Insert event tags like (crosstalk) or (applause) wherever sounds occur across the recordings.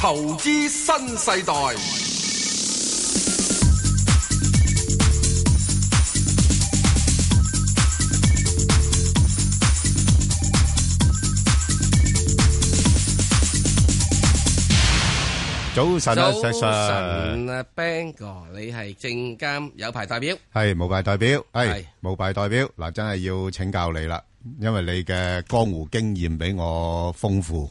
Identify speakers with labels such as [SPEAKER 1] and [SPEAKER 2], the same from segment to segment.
[SPEAKER 1] 投資新世代。
[SPEAKER 2] 早晨啊，
[SPEAKER 3] 早
[SPEAKER 2] 石Sir。
[SPEAKER 3] 晨啊，Bang à, 哥，你係證監有牌代表，
[SPEAKER 2] 係，無牌代表，係，
[SPEAKER 3] 係。
[SPEAKER 2] 無牌代表，嗱，真係要請教你啦，因為你嘅江湖經驗比我豐富。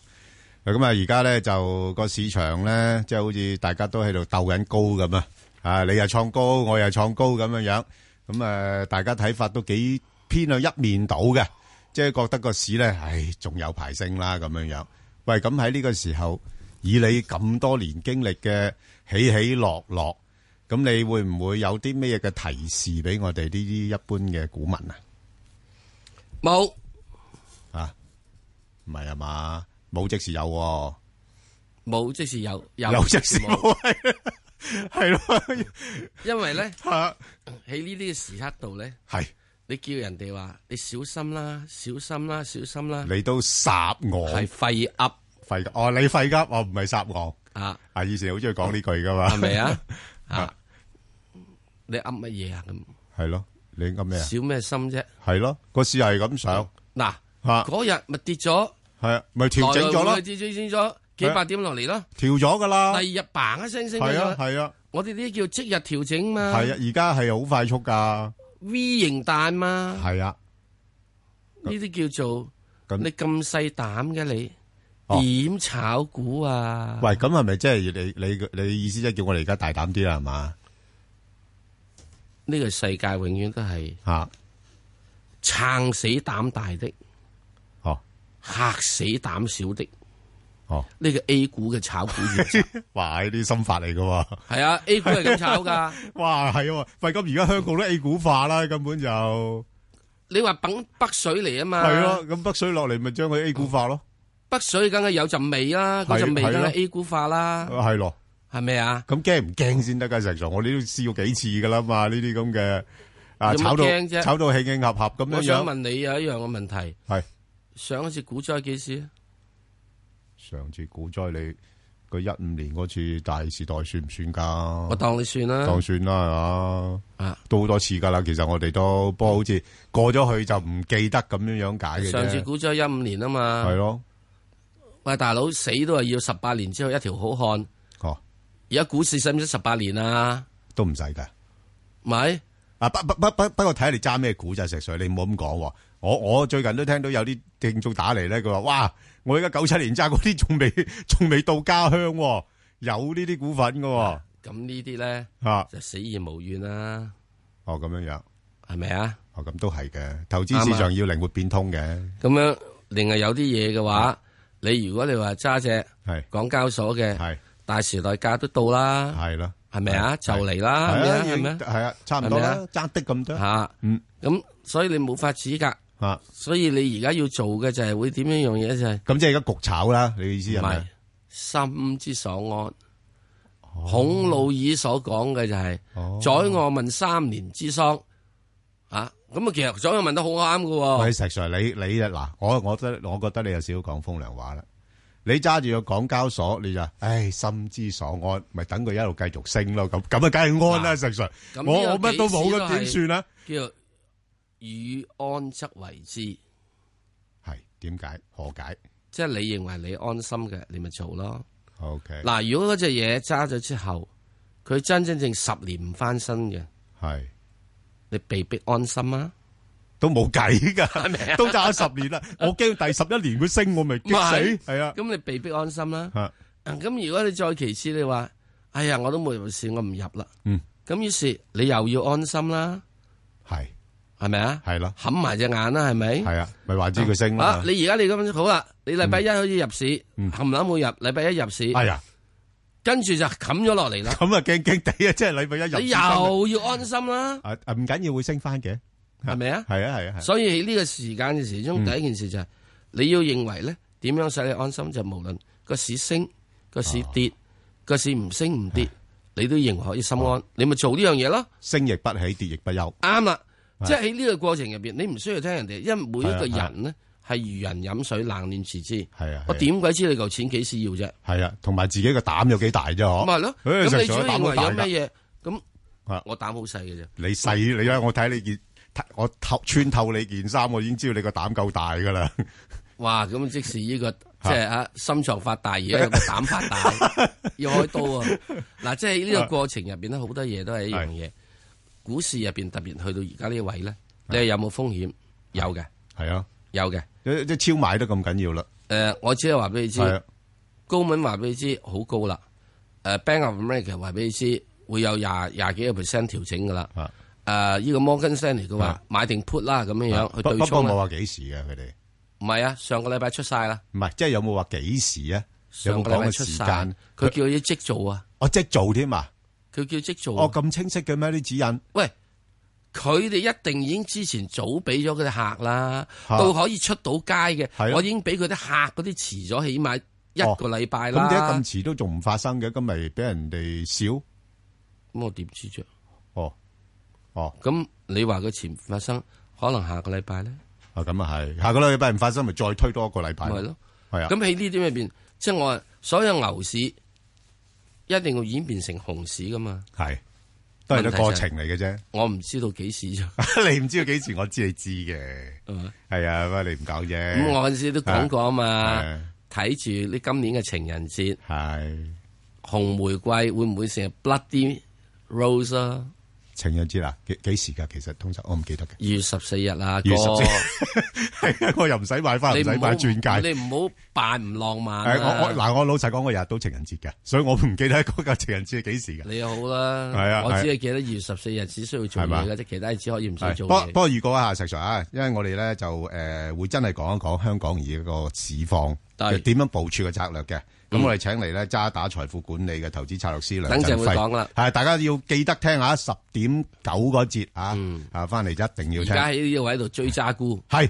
[SPEAKER 2] 咁啊，而家呢，就個市場呢，即係好似大家都喺度鬥緊高咁啊，啊，你又創高，我又創高咁樣樣，咁，啊，大家睇法都幾偏向一面倒嘅，即係覺得個市呢，唉，仲有排升啦咁樣樣。喂，咁喺呢個時候，以你咁多年經歷嘅起起落落，咁你會唔會有啲咩嘅提示俾我哋呢啲一般嘅股民啊？
[SPEAKER 3] 冇
[SPEAKER 2] 啊？唔係啊嘛，冇即時有喎。
[SPEAKER 3] 冇即是有
[SPEAKER 2] 有即時冇，
[SPEAKER 3] 冇，
[SPEAKER 2] (laughs) 係咯，啊
[SPEAKER 3] 因為咧
[SPEAKER 2] 係。
[SPEAKER 3] 喺呢啲時刻度咧，你叫人哋話你小心啦，小心啦，小心啦，
[SPEAKER 2] 你都殺我。
[SPEAKER 3] 係廢噏
[SPEAKER 2] 廢噏。哦，你廢噏，我唔係殺我。啊，以前好鍾意講呢句㗎嘛。
[SPEAKER 3] 啊，
[SPEAKER 2] (laughs)
[SPEAKER 3] 係咪啊？啊，你噏乜嘢啊？咁
[SPEAKER 2] 係咯，你噏咩啊？
[SPEAKER 3] 小咩心啫？
[SPEAKER 2] 係咯，個市係咁上。啊
[SPEAKER 3] 嗱，嗰日咪跌咗，
[SPEAKER 2] 啊，係啊，咪調整咗咯，
[SPEAKER 3] 來來去去跌跌咗幾百點落嚟咯，
[SPEAKER 2] 調咗㗎啦。
[SPEAKER 3] 第二日嘭一聲升咗上去，
[SPEAKER 2] 係啊，係啊，
[SPEAKER 3] 我哋呢啲叫即日調整嘛，
[SPEAKER 2] 係啊，而家係好快速㗎。係啊，啊
[SPEAKER 3] V 型彈嘛，呢啲叫做
[SPEAKER 2] 咁
[SPEAKER 3] 你咁細膽嘅你
[SPEAKER 2] 哦
[SPEAKER 3] 點炒股啊？
[SPEAKER 2] (laughs) 喂，咁係咪即係你你你意思即係叫我哋而家大膽啲啦，係嘛？
[SPEAKER 3] 呢個世界永遠都係
[SPEAKER 2] 吓，
[SPEAKER 3] 撐死膽大的，
[SPEAKER 2] 哦
[SPEAKER 3] 嚇死膽小的。 (laughs)
[SPEAKER 2] 哦，
[SPEAKER 3] 呢個 A 股嘅炒股
[SPEAKER 2] (laughs)
[SPEAKER 3] 原則
[SPEAKER 2] 哇！呢啲心法嚟噶，
[SPEAKER 3] 係啊，A 股係咁炒噶。
[SPEAKER 2] (laughs) 哇係喎。喂，咁而家香港都 A 股化啦，根本就
[SPEAKER 3] 你話等北水嚟啊嘛？
[SPEAKER 2] 係咯。咁北水落嚟，咪將佢 A 股化咯，
[SPEAKER 3] 北水梗係有陣味啦，嗰
[SPEAKER 2] 係
[SPEAKER 3] 陣味梗
[SPEAKER 2] 係啊哦咯
[SPEAKER 3] 係 A 股化啦，
[SPEAKER 2] 係咯。
[SPEAKER 3] 係咪啊？
[SPEAKER 2] 咁驚唔驚先得噶？石 Sir，我哋都試過幾次噶啦嘛，呢啲咁嘅啊，
[SPEAKER 3] 有乜
[SPEAKER 2] 炒到
[SPEAKER 3] 驚啫
[SPEAKER 2] 炒到興興合合咁
[SPEAKER 3] 我
[SPEAKER 2] 樣
[SPEAKER 3] 想
[SPEAKER 2] 樣。
[SPEAKER 3] 問你有一樣嘅問題，
[SPEAKER 2] 係
[SPEAKER 3] 上一次股災幾時啊？
[SPEAKER 2] 上次股災你佢一五年嗰次大時代算唔算噶？
[SPEAKER 3] 我當你算啦
[SPEAKER 2] 哦當。算啦，係嘛？
[SPEAKER 3] 啊，
[SPEAKER 2] 都好多次噶啦，其實我哋都不過好似過咗去就唔記得咁樣樣解嘅啫
[SPEAKER 3] 上次股災一五年啊嘛。
[SPEAKER 2] 係咯，
[SPEAKER 3] 喂，大佬死都係要十八年之後一條好漢。
[SPEAKER 2] 哦，
[SPEAKER 3] 而家股市使唔使十八年啊？
[SPEAKER 2] 都唔使㗎。
[SPEAKER 3] 咪
[SPEAKER 2] 啊，不不不不不過睇下你揸咩股咋，石 Sir，你唔好咁講喎。我我最近都聽到有啲聽眾打嚟咧，佢話：哇，我而家九七年揸嗰啲仲未 (laughs) 仲未到家鄉喎，有呢啲股份㗎喎。
[SPEAKER 3] 咁呢啲咧
[SPEAKER 2] 啊，
[SPEAKER 3] 就死而無怨啦，
[SPEAKER 2] 哦咁樣樣，
[SPEAKER 3] 係咪啊？
[SPEAKER 2] 哦咁都係嘅。投資市
[SPEAKER 3] 啱
[SPEAKER 2] 場要靈活變通嘅，
[SPEAKER 3] 咁樣另外有啲嘢嘅話，你如果你話揸只
[SPEAKER 2] 係
[SPEAKER 3] 港交所嘅
[SPEAKER 2] 係
[SPEAKER 3] 大時代價都到啦，
[SPEAKER 2] 係啦，
[SPEAKER 3] 係咪啊？
[SPEAKER 2] 係
[SPEAKER 3] 就嚟啦，
[SPEAKER 2] 係啊，
[SPEAKER 3] 係咪啊？
[SPEAKER 2] 係啊，差唔多
[SPEAKER 3] 係咪
[SPEAKER 2] 啦，爭的咁多
[SPEAKER 3] 吓，
[SPEAKER 2] 嗯
[SPEAKER 3] 咁所以你冇法子噶，
[SPEAKER 2] 啊。
[SPEAKER 3] 所以你而家要做嘅就係會點樣樣嘢就係
[SPEAKER 2] 咁即係而家焗炒啦，你嘅意思係
[SPEAKER 3] 唔係
[SPEAKER 2] 咪？
[SPEAKER 3] 心之所安。孔老爾所講嘅就係、
[SPEAKER 2] 哦
[SPEAKER 3] 宰我問三年之喪啊！咁啊，其實宰我問得好啱嘅
[SPEAKER 2] 喂，
[SPEAKER 3] 喎，
[SPEAKER 2] 石 Sir，你你啊嗱，我我覺得我覺得你有少少講風涼話啦。你揸住個港交所，你就唉心之所安，咪等佢一路繼續升咯。咁咁啊，梗係安啦，石 Sir。
[SPEAKER 3] 咁呢個
[SPEAKER 2] 我我乜都冇
[SPEAKER 3] 幾
[SPEAKER 2] 咁點
[SPEAKER 3] 時係
[SPEAKER 2] 算啊？
[SPEAKER 3] 叫做與安則為之，即
[SPEAKER 2] 係點解？何解
[SPEAKER 3] 係你認為你安心嘅，你咪做咯。
[SPEAKER 2] ？O K，
[SPEAKER 3] 嗱，如果嗰只嘢揸咗之後，佢真真正十年唔翻身嘅，
[SPEAKER 2] 係
[SPEAKER 3] 你被逼安心啊！
[SPEAKER 2] 都冇計㗎， (laughs) 都揸咗十年啦。我驚第十一年佢升，我咪激
[SPEAKER 3] 咪
[SPEAKER 2] 死。係啊，
[SPEAKER 3] 咁你被逼安心啦。啊
[SPEAKER 2] 嚇
[SPEAKER 3] 咁如果你再其次，你話哎呀，我都冇入市，我唔入啦。
[SPEAKER 2] 嗯，
[SPEAKER 3] 咁於是你又要安心啦，
[SPEAKER 2] 係
[SPEAKER 3] 係咪啊？
[SPEAKER 2] 係啦，
[SPEAKER 3] 冚埋隻眼啦，係咪？
[SPEAKER 2] 係啊，咪話知佢升啦
[SPEAKER 3] 啊！
[SPEAKER 2] 嘛。
[SPEAKER 3] 你而家你咁樣好啦，你禮拜一開始入市，
[SPEAKER 2] 嗯
[SPEAKER 3] 冚唪唥冇入，禮拜一入市，
[SPEAKER 2] 哎呀，
[SPEAKER 3] 跟住就冚咗落嚟啦。
[SPEAKER 2] 咁啊驚驚地啊，即係禮拜一入市
[SPEAKER 3] 你
[SPEAKER 2] 升啊
[SPEAKER 3] 又要安心啦，
[SPEAKER 2] 啊啊唔緊要，會升翻嘅。
[SPEAKER 3] 係咪啊？
[SPEAKER 2] 係啊係啊嗯係啊。
[SPEAKER 3] 所以喺呢個時間嘅時鐘，第一件事就係你要認為咧，點樣使你安心就無論個市升、個市
[SPEAKER 2] 哦
[SPEAKER 3] 跌、個市唔升唔跌，你都認為可以心
[SPEAKER 2] 哦
[SPEAKER 3] 安，你咪做呢樣嘢咯。
[SPEAKER 2] 升亦不起，跌亦不休。
[SPEAKER 3] 啱啦，即係喺呢個過程入邊，你唔需要聽人哋，因為每一個人咧係如人飲水，冷暖自知。
[SPEAKER 2] 係啊
[SPEAKER 3] 我
[SPEAKER 2] 係啊
[SPEAKER 3] 點鬼知你嚿錢幾時要啫？
[SPEAKER 2] 係啊，同埋自己個膽有幾大啫？
[SPEAKER 3] 咁啊
[SPEAKER 2] 嗬，
[SPEAKER 3] 咪係咯，
[SPEAKER 2] 誒
[SPEAKER 3] 咁
[SPEAKER 2] 成
[SPEAKER 3] 你
[SPEAKER 2] 日
[SPEAKER 3] 主要
[SPEAKER 2] 上去
[SPEAKER 3] 認為
[SPEAKER 2] 膽好大
[SPEAKER 3] 有
[SPEAKER 2] 㗎
[SPEAKER 3] 咩嘢？咁
[SPEAKER 2] 啊
[SPEAKER 3] 我膽好細嘅啫。
[SPEAKER 2] 你細你啦，我睇你件，睇我透穿透你件衫，我已經知道你個膽夠大噶啦。 (laughs)
[SPEAKER 3] 哇！咁即使呢個即係啊心臟發大，而家有個膽
[SPEAKER 2] (laughs)
[SPEAKER 3] 發大，要開刀啊！嗱，即係呢個過程入邊咧，好多嘢都係一樣嘢。股市入邊特別去到而家呢個位咧，你係有冇風險？有嘅，
[SPEAKER 2] 係啊，
[SPEAKER 3] 有嘅。
[SPEAKER 2] 即即超買得咁緊要啦。
[SPEAKER 3] 誒，我只係話俾你
[SPEAKER 2] 係啊
[SPEAKER 3] 知，高敏話俾你知好高啦。誒，Bank of America 話俾你知會有廿廿幾個 percent 調整噶啦。
[SPEAKER 2] 啊，
[SPEAKER 3] 誒，呢個摩根 Stanley 佢話
[SPEAKER 2] 啊
[SPEAKER 3] 買定 put 啦，咁樣樣去
[SPEAKER 2] 不
[SPEAKER 3] 對
[SPEAKER 2] 不過
[SPEAKER 3] 沖
[SPEAKER 2] 冇
[SPEAKER 3] 啊啦。
[SPEAKER 2] 話幾時嘅佢哋，
[SPEAKER 3] 唔係啊，上個禮拜出晒啦，
[SPEAKER 2] 唔係即係有冇話幾時啊？有冇
[SPEAKER 3] 上個禮
[SPEAKER 2] 講
[SPEAKER 3] 拜
[SPEAKER 2] 嘅
[SPEAKER 3] 出
[SPEAKER 2] 時
[SPEAKER 3] 晒，
[SPEAKER 2] 間？
[SPEAKER 3] 佢叫你即做啊。
[SPEAKER 2] 我即做添啊！
[SPEAKER 3] 佢叫即做啊。
[SPEAKER 2] 哦，咁清晰嘅咩啲指引？
[SPEAKER 3] 喂，佢哋一定已經之前早俾咗佢啲客啦，
[SPEAKER 2] 嚇
[SPEAKER 3] 到可以出到街
[SPEAKER 2] 係
[SPEAKER 3] 嘅，
[SPEAKER 2] 啊哦
[SPEAKER 3] 我已經俾佢啲客嗰啲遲咗，起碼一個禮拜啦。
[SPEAKER 2] 咁點解咁
[SPEAKER 3] 咁
[SPEAKER 2] 遲都仲唔發生嘅？咁咪俾人哋笑？
[SPEAKER 3] 我點知啫？
[SPEAKER 2] 哦，哦，
[SPEAKER 3] 咁你話佢遲唔發生，可能下個禮拜咧，
[SPEAKER 2] 啊咁啊係，下個禮拜唔發生咪再推多一個禮拜
[SPEAKER 3] 咪係咯。
[SPEAKER 2] 係啊，
[SPEAKER 3] 咁喺呢啲入邊，即係我話所有牛市一定要演變成熊市噶嘛？
[SPEAKER 2] 係都係個過程嚟嘅啫。
[SPEAKER 3] 我唔知道幾時啫。
[SPEAKER 2] (laughs) 你唔知道幾時，我知你知嘅。
[SPEAKER 3] 係嘛
[SPEAKER 2] 係啊，不過你唔講啫。
[SPEAKER 3] 嗯咁我嗰陣時都講過啊嘛
[SPEAKER 2] 係，
[SPEAKER 3] 睇住你今年嘅情人節，
[SPEAKER 2] 係
[SPEAKER 3] 紅玫瑰會唔會成日 bloody rose 啊？
[SPEAKER 2] 情人節啊？幾幾時㗎？其實通常我唔記
[SPEAKER 3] (laughs)
[SPEAKER 2] 得嘅。
[SPEAKER 3] 二月十四日啊，
[SPEAKER 2] 二月
[SPEAKER 3] 哥
[SPEAKER 2] 十係啊，我又唔使買 (laughs) 花，唔
[SPEAKER 3] 你
[SPEAKER 2] 使
[SPEAKER 3] 唔
[SPEAKER 2] 買
[SPEAKER 3] 好
[SPEAKER 2] 鑽戒。
[SPEAKER 3] 你唔好扮唔浪漫
[SPEAKER 2] 係我我
[SPEAKER 3] 啊！
[SPEAKER 2] 嗱，我老實講，我日日都情人節嘅，所以我唔記得嗰個情人節係幾時嘅。
[SPEAKER 3] 你好
[SPEAKER 2] 係
[SPEAKER 3] 啦
[SPEAKER 2] 啊，
[SPEAKER 3] 我
[SPEAKER 2] 係
[SPEAKER 3] 只係記得二月十四日只需要做
[SPEAKER 2] 係嘛
[SPEAKER 3] 嘢嘅啫，其他日子可以唔
[SPEAKER 2] 係
[SPEAKER 3] 使做
[SPEAKER 2] 不過不
[SPEAKER 3] 嘢。
[SPEAKER 2] 過預告一下石 Sir 啊，因為我哋咧就誒會真係講一講香港而家個市況，
[SPEAKER 3] 對
[SPEAKER 2] 點樣部署嘅策略嘅。咁
[SPEAKER 3] 嗯
[SPEAKER 2] 我哋請嚟咧渣打財富管理嘅投資策略師梁
[SPEAKER 3] 等
[SPEAKER 2] 振
[SPEAKER 3] 陣會
[SPEAKER 2] 輝，
[SPEAKER 3] 講啦
[SPEAKER 2] 係大家要記得聽下十點九嗰節啊
[SPEAKER 3] 嗯，
[SPEAKER 2] 啊翻嚟就一定要
[SPEAKER 3] 而
[SPEAKER 2] 聽
[SPEAKER 3] 家，喺呢個位度追渣姑，
[SPEAKER 2] 係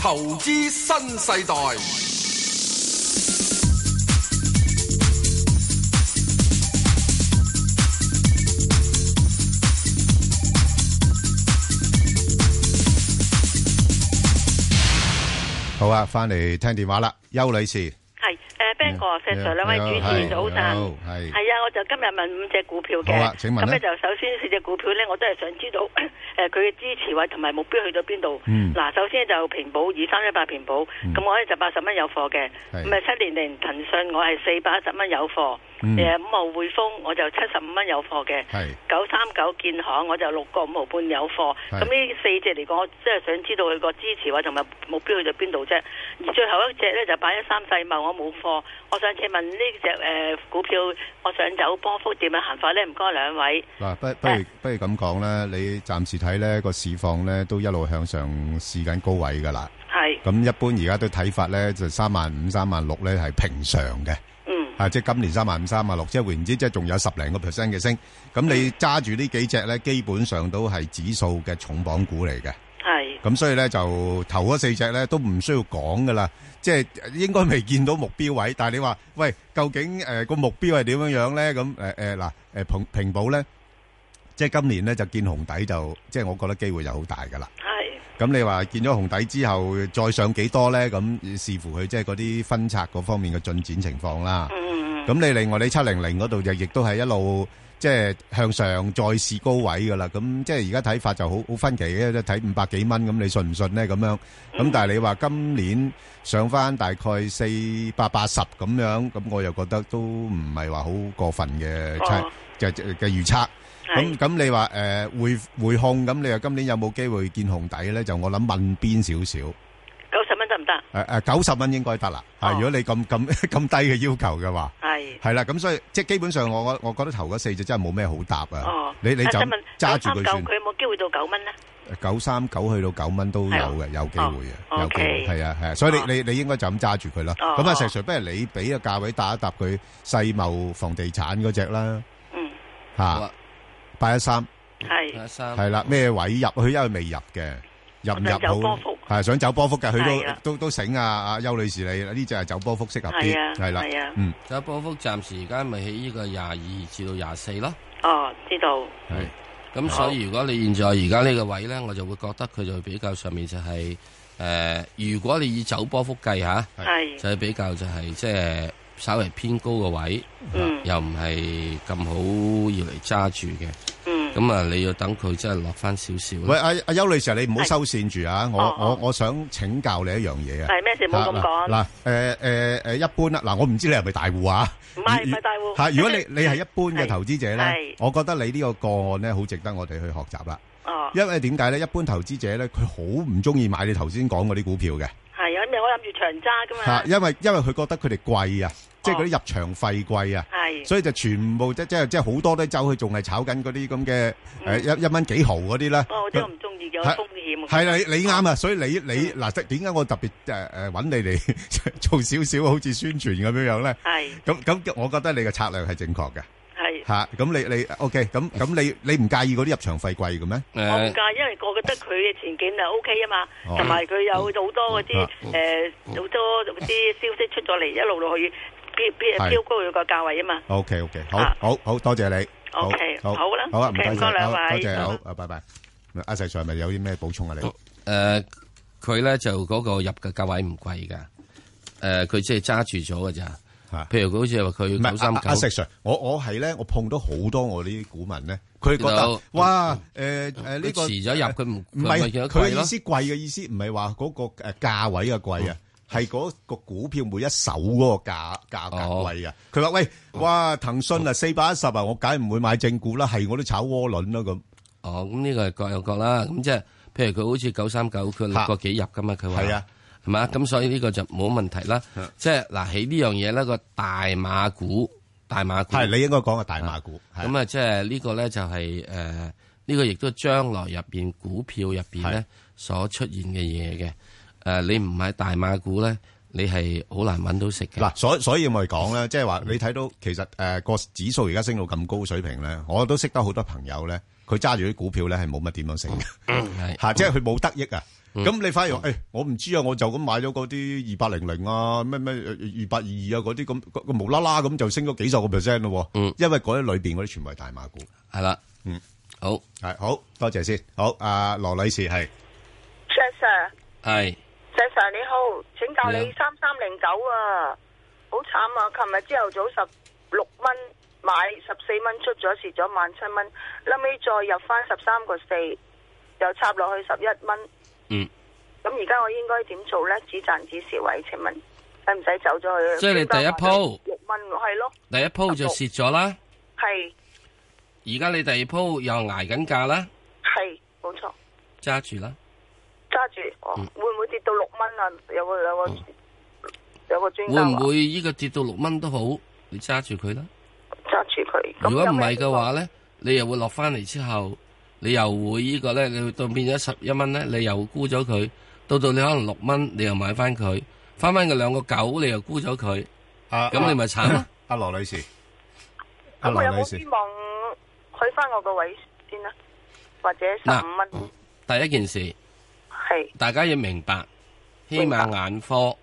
[SPEAKER 1] 投資新世代，
[SPEAKER 2] 好啊，翻嚟聽電話啦，邱女士，
[SPEAKER 4] 系诶，Ben 哥、石 Sir 兩位主
[SPEAKER 2] 係
[SPEAKER 4] 持早晨，
[SPEAKER 2] 嗯好係
[SPEAKER 4] 係啊，我就今日問五隻股票嘅，
[SPEAKER 2] 好啊請問啦
[SPEAKER 4] 咁咧就首先四隻股票咧，我都係想知道 (coughs) 诶佢嘅支持位同埋目標去到邊度。
[SPEAKER 2] 嗯
[SPEAKER 4] 嗱，首先就平保二三一八平保，咁我咧就八十蚊有貨嘅，
[SPEAKER 2] 係
[SPEAKER 4] 咁啊七年零騰訊我係四百一十蚊有貨，
[SPEAKER 2] 嗯
[SPEAKER 4] 诶五號匯豐我就七十五蚊有貨嘅。
[SPEAKER 2] 係
[SPEAKER 4] 九三九建行我就六個五毫半有貨，
[SPEAKER 2] 係
[SPEAKER 4] 咁呢四隻嚟講，我即係想知道佢個支持位同埋目標去到邊度啫。而最後一隻咧就八一三世茂，我冇貨。我想請問呢只誒股票，我想走波幅點樣行法咧？唔該兩位。
[SPEAKER 2] 嗱，不不如不如咁講啦，你暫時睇咧個市況咧都一路向上試緊高位㗎啦。
[SPEAKER 4] 係，
[SPEAKER 2] 咁一般而家都睇法咧，就三萬五、三萬六咧係平常嘅，
[SPEAKER 4] 嗯，
[SPEAKER 2] 啊，即係今年三萬五、三萬六，即係換言之，即係仲有十零個 percent 嘅升。咁你揸住呢幾隻咧，基本上都係指數嘅重磅股嚟嘅。
[SPEAKER 4] 係，
[SPEAKER 2] 咁所以咧就頭嗰四隻咧都唔需要講噶啦，即係應該未見到目標位。但係你話喂，究竟誒個、目標係點樣樣咧？咁誒誒嗱誒平平保咧，即係今年咧就見紅底就，即係我覺得機會就好大噶啦。
[SPEAKER 4] 係，
[SPEAKER 2] 咁你話見咗紅底之後再上幾多咧？咁視乎佢即係嗰啲分拆嗰方面嘅進展情況啦。
[SPEAKER 4] 嗯，
[SPEAKER 2] 咁你另外你七零零嗰度就亦都係一路即係向上再試高位噶啦。咁即係而家睇法就好好分歧嘅，即係睇五百幾蚊咁，你信唔信咧？咁樣咁，但係你話今年上翻大概四百八十咁樣，咁我又覺得都唔係話好過分嘅
[SPEAKER 4] 哦
[SPEAKER 2] 差嘅嘅嘅預測。咁
[SPEAKER 4] 係，
[SPEAKER 2] 咁你話誒匯匯控咁，你話今年有冇機會見紅底咧？就我諗問邊少少
[SPEAKER 4] 九十蚊得唔
[SPEAKER 2] 誒
[SPEAKER 4] 得？
[SPEAKER 2] 誒九十蚊應該得啦。啊，
[SPEAKER 4] 哦
[SPEAKER 2] 如果你咁 (laughs) 咁咁低嘅要求嘅話，
[SPEAKER 4] 係。
[SPEAKER 2] 係啦。咁所以即係基本上我我我覺得頭嗰四隻真係冇咩好答啊
[SPEAKER 4] 哦，。
[SPEAKER 2] 你你
[SPEAKER 4] 啊
[SPEAKER 2] 就
[SPEAKER 4] 想問
[SPEAKER 2] 揸住
[SPEAKER 4] 939
[SPEAKER 2] 佢算
[SPEAKER 4] 佢有冇機會到九蚊咧？
[SPEAKER 2] 九三九去到九蚊都有嘅，
[SPEAKER 4] 係
[SPEAKER 2] 有機會
[SPEAKER 4] 哦
[SPEAKER 2] 嘅，有機會
[SPEAKER 4] OK
[SPEAKER 2] 係啊係啊。所以
[SPEAKER 4] 哦
[SPEAKER 2] 你你你應該就咁揸住佢啦。
[SPEAKER 4] 哦
[SPEAKER 2] 咁啊，
[SPEAKER 4] 哦
[SPEAKER 2] 石 Sir，不如你俾個價位打一搭佢世茂房地產嗰只啦
[SPEAKER 4] 嗯，
[SPEAKER 3] 好
[SPEAKER 2] 嚇
[SPEAKER 3] 啊，
[SPEAKER 2] 八一三。
[SPEAKER 4] 係，
[SPEAKER 3] 三
[SPEAKER 2] 系啦，咩位入？佢因為未入嘅，入唔
[SPEAKER 4] 想走
[SPEAKER 2] 入
[SPEAKER 4] 波
[SPEAKER 2] 好
[SPEAKER 4] 幅
[SPEAKER 2] 係想走波幅嘅，佢
[SPEAKER 4] 係啊
[SPEAKER 2] 都都都醒啊！阿邱女士你呢只係走波幅適合
[SPEAKER 4] 係啊
[SPEAKER 2] 啲，，係啦，
[SPEAKER 4] 係啊，
[SPEAKER 2] 嗯，
[SPEAKER 3] 有波幅暫時而家咪喺呢個廿二至到廿四咯。
[SPEAKER 4] 哦，知道。
[SPEAKER 2] 係
[SPEAKER 3] 咁所以如果你現在而家呢個位咧，我就會覺得佢就比較上面就係、呃如果你以走波幅計嚇，
[SPEAKER 4] 係
[SPEAKER 3] 就係比較就係即係稍微偏高嘅位，
[SPEAKER 4] 嗯
[SPEAKER 3] 又唔係咁好要嚟揸住嘅。
[SPEAKER 4] 嗯
[SPEAKER 3] 咁啊，你要等佢真係落翻少少啦。
[SPEAKER 2] 喂，阿阿邱女士，你唔好
[SPEAKER 4] 係
[SPEAKER 2] 收線住啊！我
[SPEAKER 4] 哦
[SPEAKER 2] 我
[SPEAKER 4] 哦
[SPEAKER 2] 我想請教你一樣嘢啊！
[SPEAKER 4] 係咩事？冇咁講。
[SPEAKER 2] 嗱誒誒誒，一般啦，嗱，我唔知你係咪大户啊？
[SPEAKER 4] 唔係唔係大户
[SPEAKER 2] 嚇如果你你係一般嘅投資者咧
[SPEAKER 4] 係，
[SPEAKER 2] 我覺得你呢個個案咧，好值得我哋去學習啦。
[SPEAKER 4] 哦，
[SPEAKER 2] 因為點解咧？一般投資者咧，佢好唔中意買你頭先講嗰啲股票嘅
[SPEAKER 4] 係因為我諗住長揸噶
[SPEAKER 2] 嚇，
[SPEAKER 4] 嘛。
[SPEAKER 2] 因為因為佢覺得佢哋貴啊，即係嗰啲入場費貴啊。
[SPEAKER 4] 係
[SPEAKER 2] 所以就全部即即係即係好多都走去仲係炒緊嗰啲咁嘅誒一一蚊幾毫嗰啲啦。
[SPEAKER 4] 哦，我都唔中意嘅，有
[SPEAKER 2] 係
[SPEAKER 4] 風險。
[SPEAKER 2] 係啦，你你啱啊，所以你你嗱，即係點解我特別誒誒揾你嚟 (laughs) 做少少好似宣傳咁樣樣咧？
[SPEAKER 4] 係
[SPEAKER 2] 咁咁，我覺得你嘅策略係正確嘅
[SPEAKER 4] 係。
[SPEAKER 2] 嚇。咁你你 OK，咁咁你你唔介意嗰啲入場費貴嘅咩？
[SPEAKER 3] 誒、
[SPEAKER 4] 我唔介，因為我覺得佢嘅前景就 O K 啊嘛
[SPEAKER 2] 哦，
[SPEAKER 4] 同埋佢有好多嗰啲
[SPEAKER 2] 啊
[SPEAKER 4] 誒好多啲消息出咗嚟，一路落去飆飆
[SPEAKER 2] 係
[SPEAKER 4] 飆高佢個價位啊嘛。
[SPEAKER 2] OK OK，好
[SPEAKER 4] 啊
[SPEAKER 2] 好好多謝你。好
[SPEAKER 4] OK，
[SPEAKER 2] 好
[SPEAKER 4] 好啦
[SPEAKER 2] 好啊，唔
[SPEAKER 4] OK，
[SPEAKER 2] 該
[SPEAKER 4] 唔
[SPEAKER 2] 晒
[SPEAKER 4] 該兩
[SPEAKER 2] 好多
[SPEAKER 4] 位
[SPEAKER 2] 謝
[SPEAKER 4] 好
[SPEAKER 2] 好啊，拜拜。阿石 Sir 係咪有啲咩補充啊？你
[SPEAKER 3] 誒佢咧就嗰個入嘅價位唔貴㗎。誒、佢即係揸住咗㗎咋。
[SPEAKER 2] 嚇
[SPEAKER 3] 譬如佢好似話
[SPEAKER 2] 唔
[SPEAKER 3] 佢九
[SPEAKER 2] 係
[SPEAKER 3] 三
[SPEAKER 2] 阿阿石
[SPEAKER 3] 九，
[SPEAKER 2] Sir，我我係咧，我碰到好多我呢啲股民咧，佢覺
[SPEAKER 3] 知道
[SPEAKER 2] 得哇誒誒呢
[SPEAKER 3] 佢
[SPEAKER 2] 個
[SPEAKER 3] 遲咗入佢唔
[SPEAKER 2] 唔
[SPEAKER 3] 佢咪
[SPEAKER 2] 係
[SPEAKER 3] 見到
[SPEAKER 2] 佢
[SPEAKER 3] 貴
[SPEAKER 2] 嘅
[SPEAKER 3] 咯
[SPEAKER 2] 意。思貴嘅意思，唔係話嗰個誒價位嘅貴啊，係嗰個股票每一手嗰個價價格貴啊。佢話喂，哇騰訊啊四百一十啊，我梗係唔會買正股啦，係我都炒窩輪啦咁。
[SPEAKER 3] 哦，咁呢個係各有各啦。咁即係譬如佢好似九三九，佢六個幾入噶嘛，佢話
[SPEAKER 2] 係啊，
[SPEAKER 3] 係嘛？咁所以呢個就冇問題啦。即係嗱，喺呢樣嘢咧，個大馬股，大馬股
[SPEAKER 2] 係你應該講嘅大馬股。係
[SPEAKER 3] 咁啊，即係呢個咧就係誒呢個亦都將來入邊股票入邊
[SPEAKER 2] 係
[SPEAKER 3] 咧所出現嘅嘢嘅。誒，你唔買大馬股咧，你係好難揾到食嘅。
[SPEAKER 2] 嗱，所所以咪講咧，即係話你睇到其實誒個指數而家升到咁高水平咧，我都識得好多朋友咧，佢揸住啲股票咧係冇乜點樣升嘅。 (laughs)
[SPEAKER 3] 係
[SPEAKER 2] 吓，嗯即係佢冇得益啊。咁你反而話，誒，我唔知啊，我就咁買咗嗰啲二八零零啊，咩咩二八二二啊，嗰啲咁，個個無啦啦咁就升咗幾十個 percent 咯。
[SPEAKER 3] 嗯，
[SPEAKER 2] 因為嗰啲裏邊嗰啲全部係大馬股。
[SPEAKER 3] 係啦，
[SPEAKER 2] 嗯，
[SPEAKER 3] 好
[SPEAKER 2] 係好多謝先。好，阿羅女士係
[SPEAKER 5] Sir Sir，
[SPEAKER 3] 係
[SPEAKER 5] Sir Sir 你好，請教
[SPEAKER 3] 你
[SPEAKER 5] 你三三零九啊，好慘啊！琴日朝頭早十六蚊買，十四蚊出咗，蝕咗萬七蚊，後尾再入翻十三個四，又插落去十一蚊。
[SPEAKER 3] 嗯。
[SPEAKER 5] 咁而家我應該點做呢？只賺只蝕位，請問使唔使走咗去？
[SPEAKER 3] 即係你第一鋪
[SPEAKER 5] 六蚊，係咯，
[SPEAKER 3] 第一鋪就蝕咗啦，
[SPEAKER 5] 係
[SPEAKER 3] 而家你第二鋪又捱緊價啦，
[SPEAKER 5] 係冇錯，
[SPEAKER 3] 揸住啦。
[SPEAKER 5] 揸住哦，
[SPEAKER 3] 嗯
[SPEAKER 5] 會唔會跌到六蚊啊？有個有個有個專
[SPEAKER 3] 會
[SPEAKER 5] 家
[SPEAKER 3] 唔
[SPEAKER 5] 話
[SPEAKER 3] 會呢個跌到六蚊都好，你揸住佢啦。
[SPEAKER 5] 揸住佢？咁
[SPEAKER 3] 如果
[SPEAKER 5] 有
[SPEAKER 3] 唔
[SPEAKER 5] 咩
[SPEAKER 3] 係
[SPEAKER 5] 情
[SPEAKER 3] 嘅
[SPEAKER 5] 況
[SPEAKER 3] 話咧，你又會落翻嚟之後，你又會呢個咧，你會到變咗十一蚊咧，你又沽咗佢，到到你可能六蚊，你又買翻佢，翻翻佢兩個九，你又沽咗佢，
[SPEAKER 2] 阿
[SPEAKER 3] 咁你咪慘咯。
[SPEAKER 2] 阿羅女士，阿
[SPEAKER 5] 咁我有
[SPEAKER 2] 羅女
[SPEAKER 5] 冇
[SPEAKER 2] 士
[SPEAKER 5] 希望去翻我個位先啦？或者十五蚊
[SPEAKER 3] 第一件事，
[SPEAKER 5] 係
[SPEAKER 3] 大家要明白，希
[SPEAKER 5] 明白
[SPEAKER 3] 瑪眼科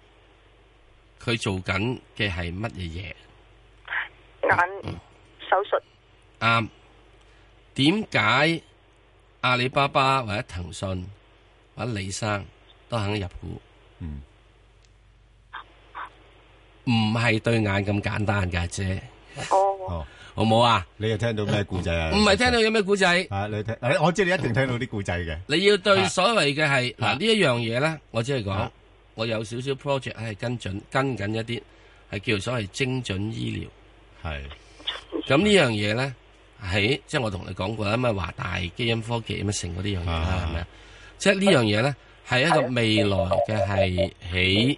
[SPEAKER 3] 佢做緊嘅係乜嘢嘢？
[SPEAKER 5] 眼手術
[SPEAKER 3] 啱。點解阿里巴巴或者騰訊或者李生都肯入股？
[SPEAKER 2] 嗯，
[SPEAKER 3] 唔係對眼咁簡單㗎啫，
[SPEAKER 5] 哦，
[SPEAKER 2] 哦，
[SPEAKER 3] 好冇啊？
[SPEAKER 2] 你又聽到咩故仔啊？
[SPEAKER 3] 唔係聽到有咩古仔，
[SPEAKER 2] 啊，你聽，誒我知你一定聽到啲故仔嘅。
[SPEAKER 3] 你要對所謂嘅係
[SPEAKER 2] 啊
[SPEAKER 3] 嗱呢一樣嘢咧，我只係講
[SPEAKER 2] 啊，
[SPEAKER 3] 我有少少 project 係跟進跟緊一啲係叫所謂精準醫
[SPEAKER 2] 係
[SPEAKER 3] 療。咁呢樣嘢咧喺即係我同你講過啦，咩華大基因科技乜成嗰啲樣嘢啦
[SPEAKER 2] 啊，
[SPEAKER 3] 係咪啊？即係呢樣嘢咧係一個未來嘅係喺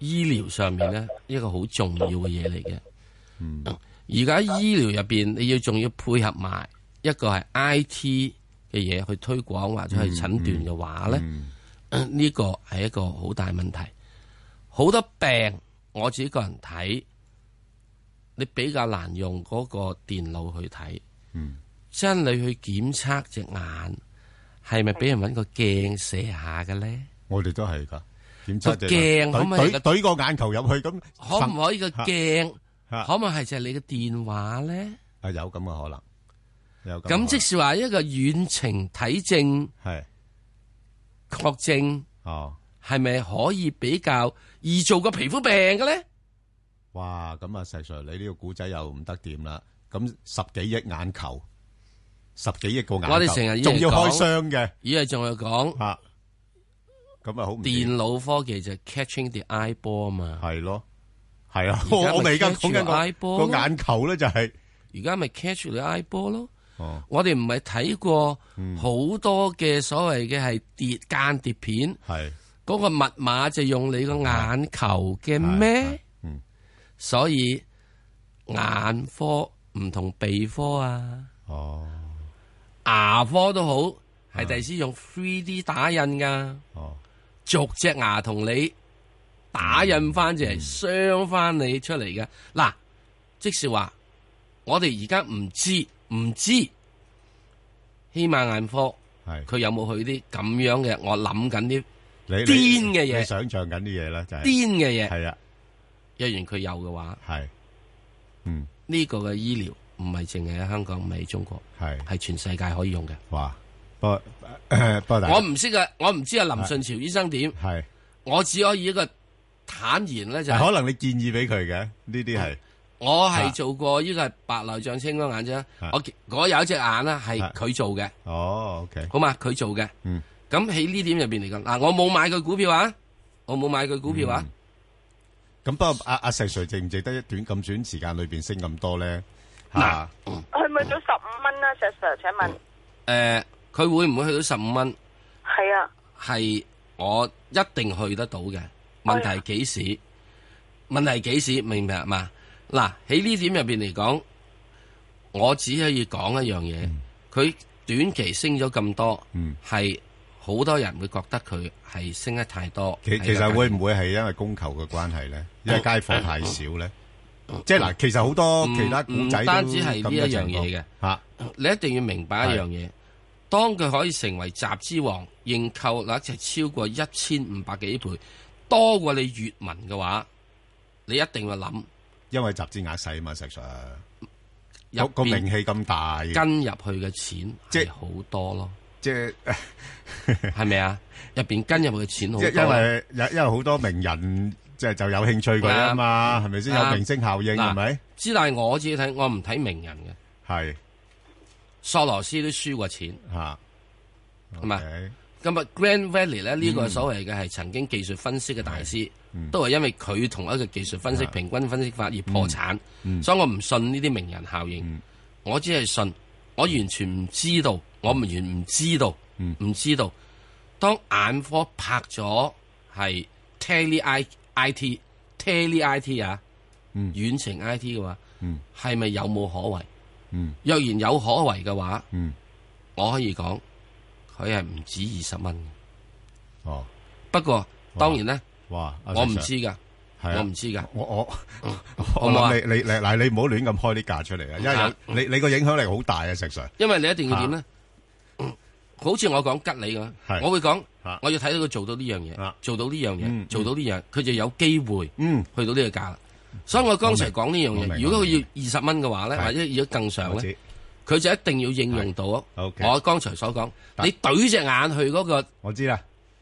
[SPEAKER 3] 醫療上面咧一個好重要嘅嘢嚟嘅。
[SPEAKER 2] 嗯
[SPEAKER 3] 而家醫療入邊，你要仲要配合埋一個係 I T 嘅嘢去推廣或者去診斷嘅話咧，
[SPEAKER 2] 嗯
[SPEAKER 3] 呢個係一個好大問題。好多病我自己個人睇，你比較難用嗰個電腦去睇。
[SPEAKER 2] 嗯，
[SPEAKER 3] 真你去檢測隻眼係咪俾人揾個鏡射下嘅咧？
[SPEAKER 2] 我哋都係㗎。檢測
[SPEAKER 3] 個
[SPEAKER 2] 就
[SPEAKER 3] 鏡可唔可以
[SPEAKER 2] 懟懟懟個眼球入去咁，
[SPEAKER 3] 可唔可以個
[SPEAKER 2] 嚇
[SPEAKER 3] 鏡
[SPEAKER 2] 嚇
[SPEAKER 3] 可唔可以係就係你嘅電話咧？
[SPEAKER 2] 啊有咁嘅可能。有
[SPEAKER 3] 咁即是話一個遠程睇症
[SPEAKER 2] 系
[SPEAKER 3] 確症
[SPEAKER 2] 哦，
[SPEAKER 3] 係咪可以比較易做過皮膚病嘅咧？
[SPEAKER 2] 哇！咁啊，石 Sir，你呢個古仔又唔得掂啦。咁十幾億眼球，十幾億個眼球，
[SPEAKER 3] 我哋成日以
[SPEAKER 2] 仲
[SPEAKER 3] 為
[SPEAKER 2] 要
[SPEAKER 3] 講
[SPEAKER 2] 開箱嘅
[SPEAKER 3] 咦，係仲有講
[SPEAKER 2] 吓，咁啊好唔掂
[SPEAKER 3] 電腦科技就係 catching the eye ball 嘛，
[SPEAKER 2] 係咯，係啊，
[SPEAKER 3] 而家咪
[SPEAKER 2] 我我咪而家講
[SPEAKER 3] catch your eye
[SPEAKER 2] 緊個
[SPEAKER 3] ball
[SPEAKER 2] 個眼球咧就係
[SPEAKER 3] 而家咪 catch the eye ball 咯。
[SPEAKER 2] 哦，
[SPEAKER 3] 我哋唔係睇過好多嘅所謂嘅係碟間碟片，
[SPEAKER 2] 係
[SPEAKER 3] 嗰、個密碼就用你個眼球嘅咩？
[SPEAKER 2] 嗯
[SPEAKER 3] 所以眼科唔同鼻科啊，
[SPEAKER 2] 哦
[SPEAKER 3] 牙科都好，係第時用 3D 打印噶，
[SPEAKER 2] 哦
[SPEAKER 3] 逐隻牙同你打印翻就係鑲翻你出嚟嘅。嗱，即是話我哋而家唔知唔知希瑪眼科。
[SPEAKER 2] 係。
[SPEAKER 3] 佢有冇去啲咁樣嘅？我諗緊啲
[SPEAKER 2] 你-你-
[SPEAKER 3] 癲嘅嘢。
[SPEAKER 2] 你想象緊啲嘢啦，就係。
[SPEAKER 3] 癲嘅嘢，若然佢有嘅話，
[SPEAKER 2] 係啊，係，嗯，係，
[SPEAKER 3] 呢、個嘅醫療唔係淨係喺香港，唔係中國，係全世界可以用嘅。
[SPEAKER 2] (clears throat) 哇，不過-不過大家-
[SPEAKER 3] 我唔識嘅，我唔知阿林信潮醫生點，
[SPEAKER 2] 係，
[SPEAKER 3] 我只可以一個坦言咧就係、
[SPEAKER 2] 可能你建議俾佢嘅，呢啲係，
[SPEAKER 3] 我係做過呢個係白內障、青光眼啫
[SPEAKER 2] 啊。
[SPEAKER 3] 我我有一隻眼咧係
[SPEAKER 2] 啊
[SPEAKER 3] 佢做嘅，
[SPEAKER 2] 哦，OK，
[SPEAKER 3] 好嘛？佢做嘅。
[SPEAKER 2] 嗯
[SPEAKER 3] 咁喺呢點入邊嚟講，嗱，我冇買佢股票啊，我冇買佢股票啊。
[SPEAKER 2] 咁不過阿-阿石Sir值唔值得一短咁短時間裏邊升咁多呢？嚇，
[SPEAKER 3] 嗱，
[SPEAKER 2] 嗯
[SPEAKER 5] 去唔去到十五蚊啊石 Sir？請問
[SPEAKER 3] 誒、佢會唔會去到十五蚊？
[SPEAKER 5] 係啊，
[SPEAKER 3] 系我一定去得到嘅。
[SPEAKER 2] 哎
[SPEAKER 3] 問題係幾時？問題係幾時？明唔明嘛？嗱，喺呢點入邊嚟講，我只可以講一樣嘢，佢、短期升咗咁多
[SPEAKER 2] 嗯，
[SPEAKER 3] 係好、多人會覺得佢係升得太多。
[SPEAKER 2] 其-
[SPEAKER 3] 係
[SPEAKER 2] 其實
[SPEAKER 3] 有價
[SPEAKER 2] 會唔會係因為供求嘅關係呢？因為街貨太少呢？即係嗱，其實好多
[SPEAKER 3] 嗯唔-
[SPEAKER 2] 其他股仔都
[SPEAKER 3] 唔單止係呢
[SPEAKER 2] 咁嘅
[SPEAKER 3] 一
[SPEAKER 2] 情
[SPEAKER 3] 樣
[SPEAKER 2] 況。
[SPEAKER 3] 嘢嘅。你一定要明白一樣嘢，當佢可以成為集資王，認購率就超過一千五百幾倍，多過你粵文嘅話，你一定要諗
[SPEAKER 2] 嚇，因為集資額細嘛，石Sir。
[SPEAKER 3] 入
[SPEAKER 2] 個-
[SPEAKER 3] 邊
[SPEAKER 2] 個名氣咁大，
[SPEAKER 3] 跟入去嘅錢
[SPEAKER 2] 即
[SPEAKER 3] 係好多
[SPEAKER 2] (laughs)
[SPEAKER 3] 咯，
[SPEAKER 2] 即係
[SPEAKER 3] 係咪啊？入邊跟入去嘅錢好多
[SPEAKER 2] 因-因為-因-因為好多名人即係-就有興趣佢啊嘛，
[SPEAKER 3] 啱。
[SPEAKER 2] 係咪先？
[SPEAKER 3] 啱。
[SPEAKER 2] 有明星效應，
[SPEAKER 3] 嗱，之但係我自己睇，我唔睇名人嘅，索羅斯都輸過錢，
[SPEAKER 2] 係咪？係，嚇，OK，
[SPEAKER 3] 係咪？咁啊，Grand Valley 咧呢個所謂嘅係曾經技術分析嘅大師，都係因為佢同一個技術分析平均分析法而破產，所以我唔信呢啲名人效應，我只係信，我完全唔知道，我完全唔知道，唔知道，當眼科拍咗係 Tele I I T Tele I T 啊，遠程 I T 嘅話，係咪有冇可為？
[SPEAKER 2] 嗯
[SPEAKER 3] 若然有可為嘅話，
[SPEAKER 2] 嗯
[SPEAKER 3] 我可以講佢係唔止二十蚊嘅。不過當然咧，
[SPEAKER 2] 啊哦，哇，阿
[SPEAKER 3] 我唔
[SPEAKER 2] Sir，
[SPEAKER 3] 知噶，
[SPEAKER 2] 係啊，
[SPEAKER 3] 我唔知噶。
[SPEAKER 2] 我- (laughs) 我-
[SPEAKER 3] 好
[SPEAKER 2] 我諗
[SPEAKER 3] 唔好啊？
[SPEAKER 2] 你-你-你-嗱，你唔好亂咁開啲價出嚟啊，因為有-
[SPEAKER 3] 啊。
[SPEAKER 2] 你-你個影響力好大啊，石Sir。
[SPEAKER 3] 因為你一定要點咧？好似我講吉利咁
[SPEAKER 2] 啊係，
[SPEAKER 3] 我會講
[SPEAKER 2] 啊，
[SPEAKER 3] 我要睇到佢做到呢樣
[SPEAKER 2] 啊
[SPEAKER 3] 嘢，做到呢樣
[SPEAKER 2] 嗯
[SPEAKER 3] 嘢，做到呢樣，佢就有機會去到呢個價啦。所以我剛才講呢樣
[SPEAKER 2] 嗯我明
[SPEAKER 3] 嘢，如果
[SPEAKER 2] 我明
[SPEAKER 3] 佢要二十蚊嘅話咧，
[SPEAKER 2] 係
[SPEAKER 3] 或者要更上咧，
[SPEAKER 2] 我知，我知。
[SPEAKER 3] 佢就一定要應用到
[SPEAKER 2] ，OK
[SPEAKER 3] 我剛才所講，
[SPEAKER 2] 得
[SPEAKER 3] 你懟隻眼去嗰個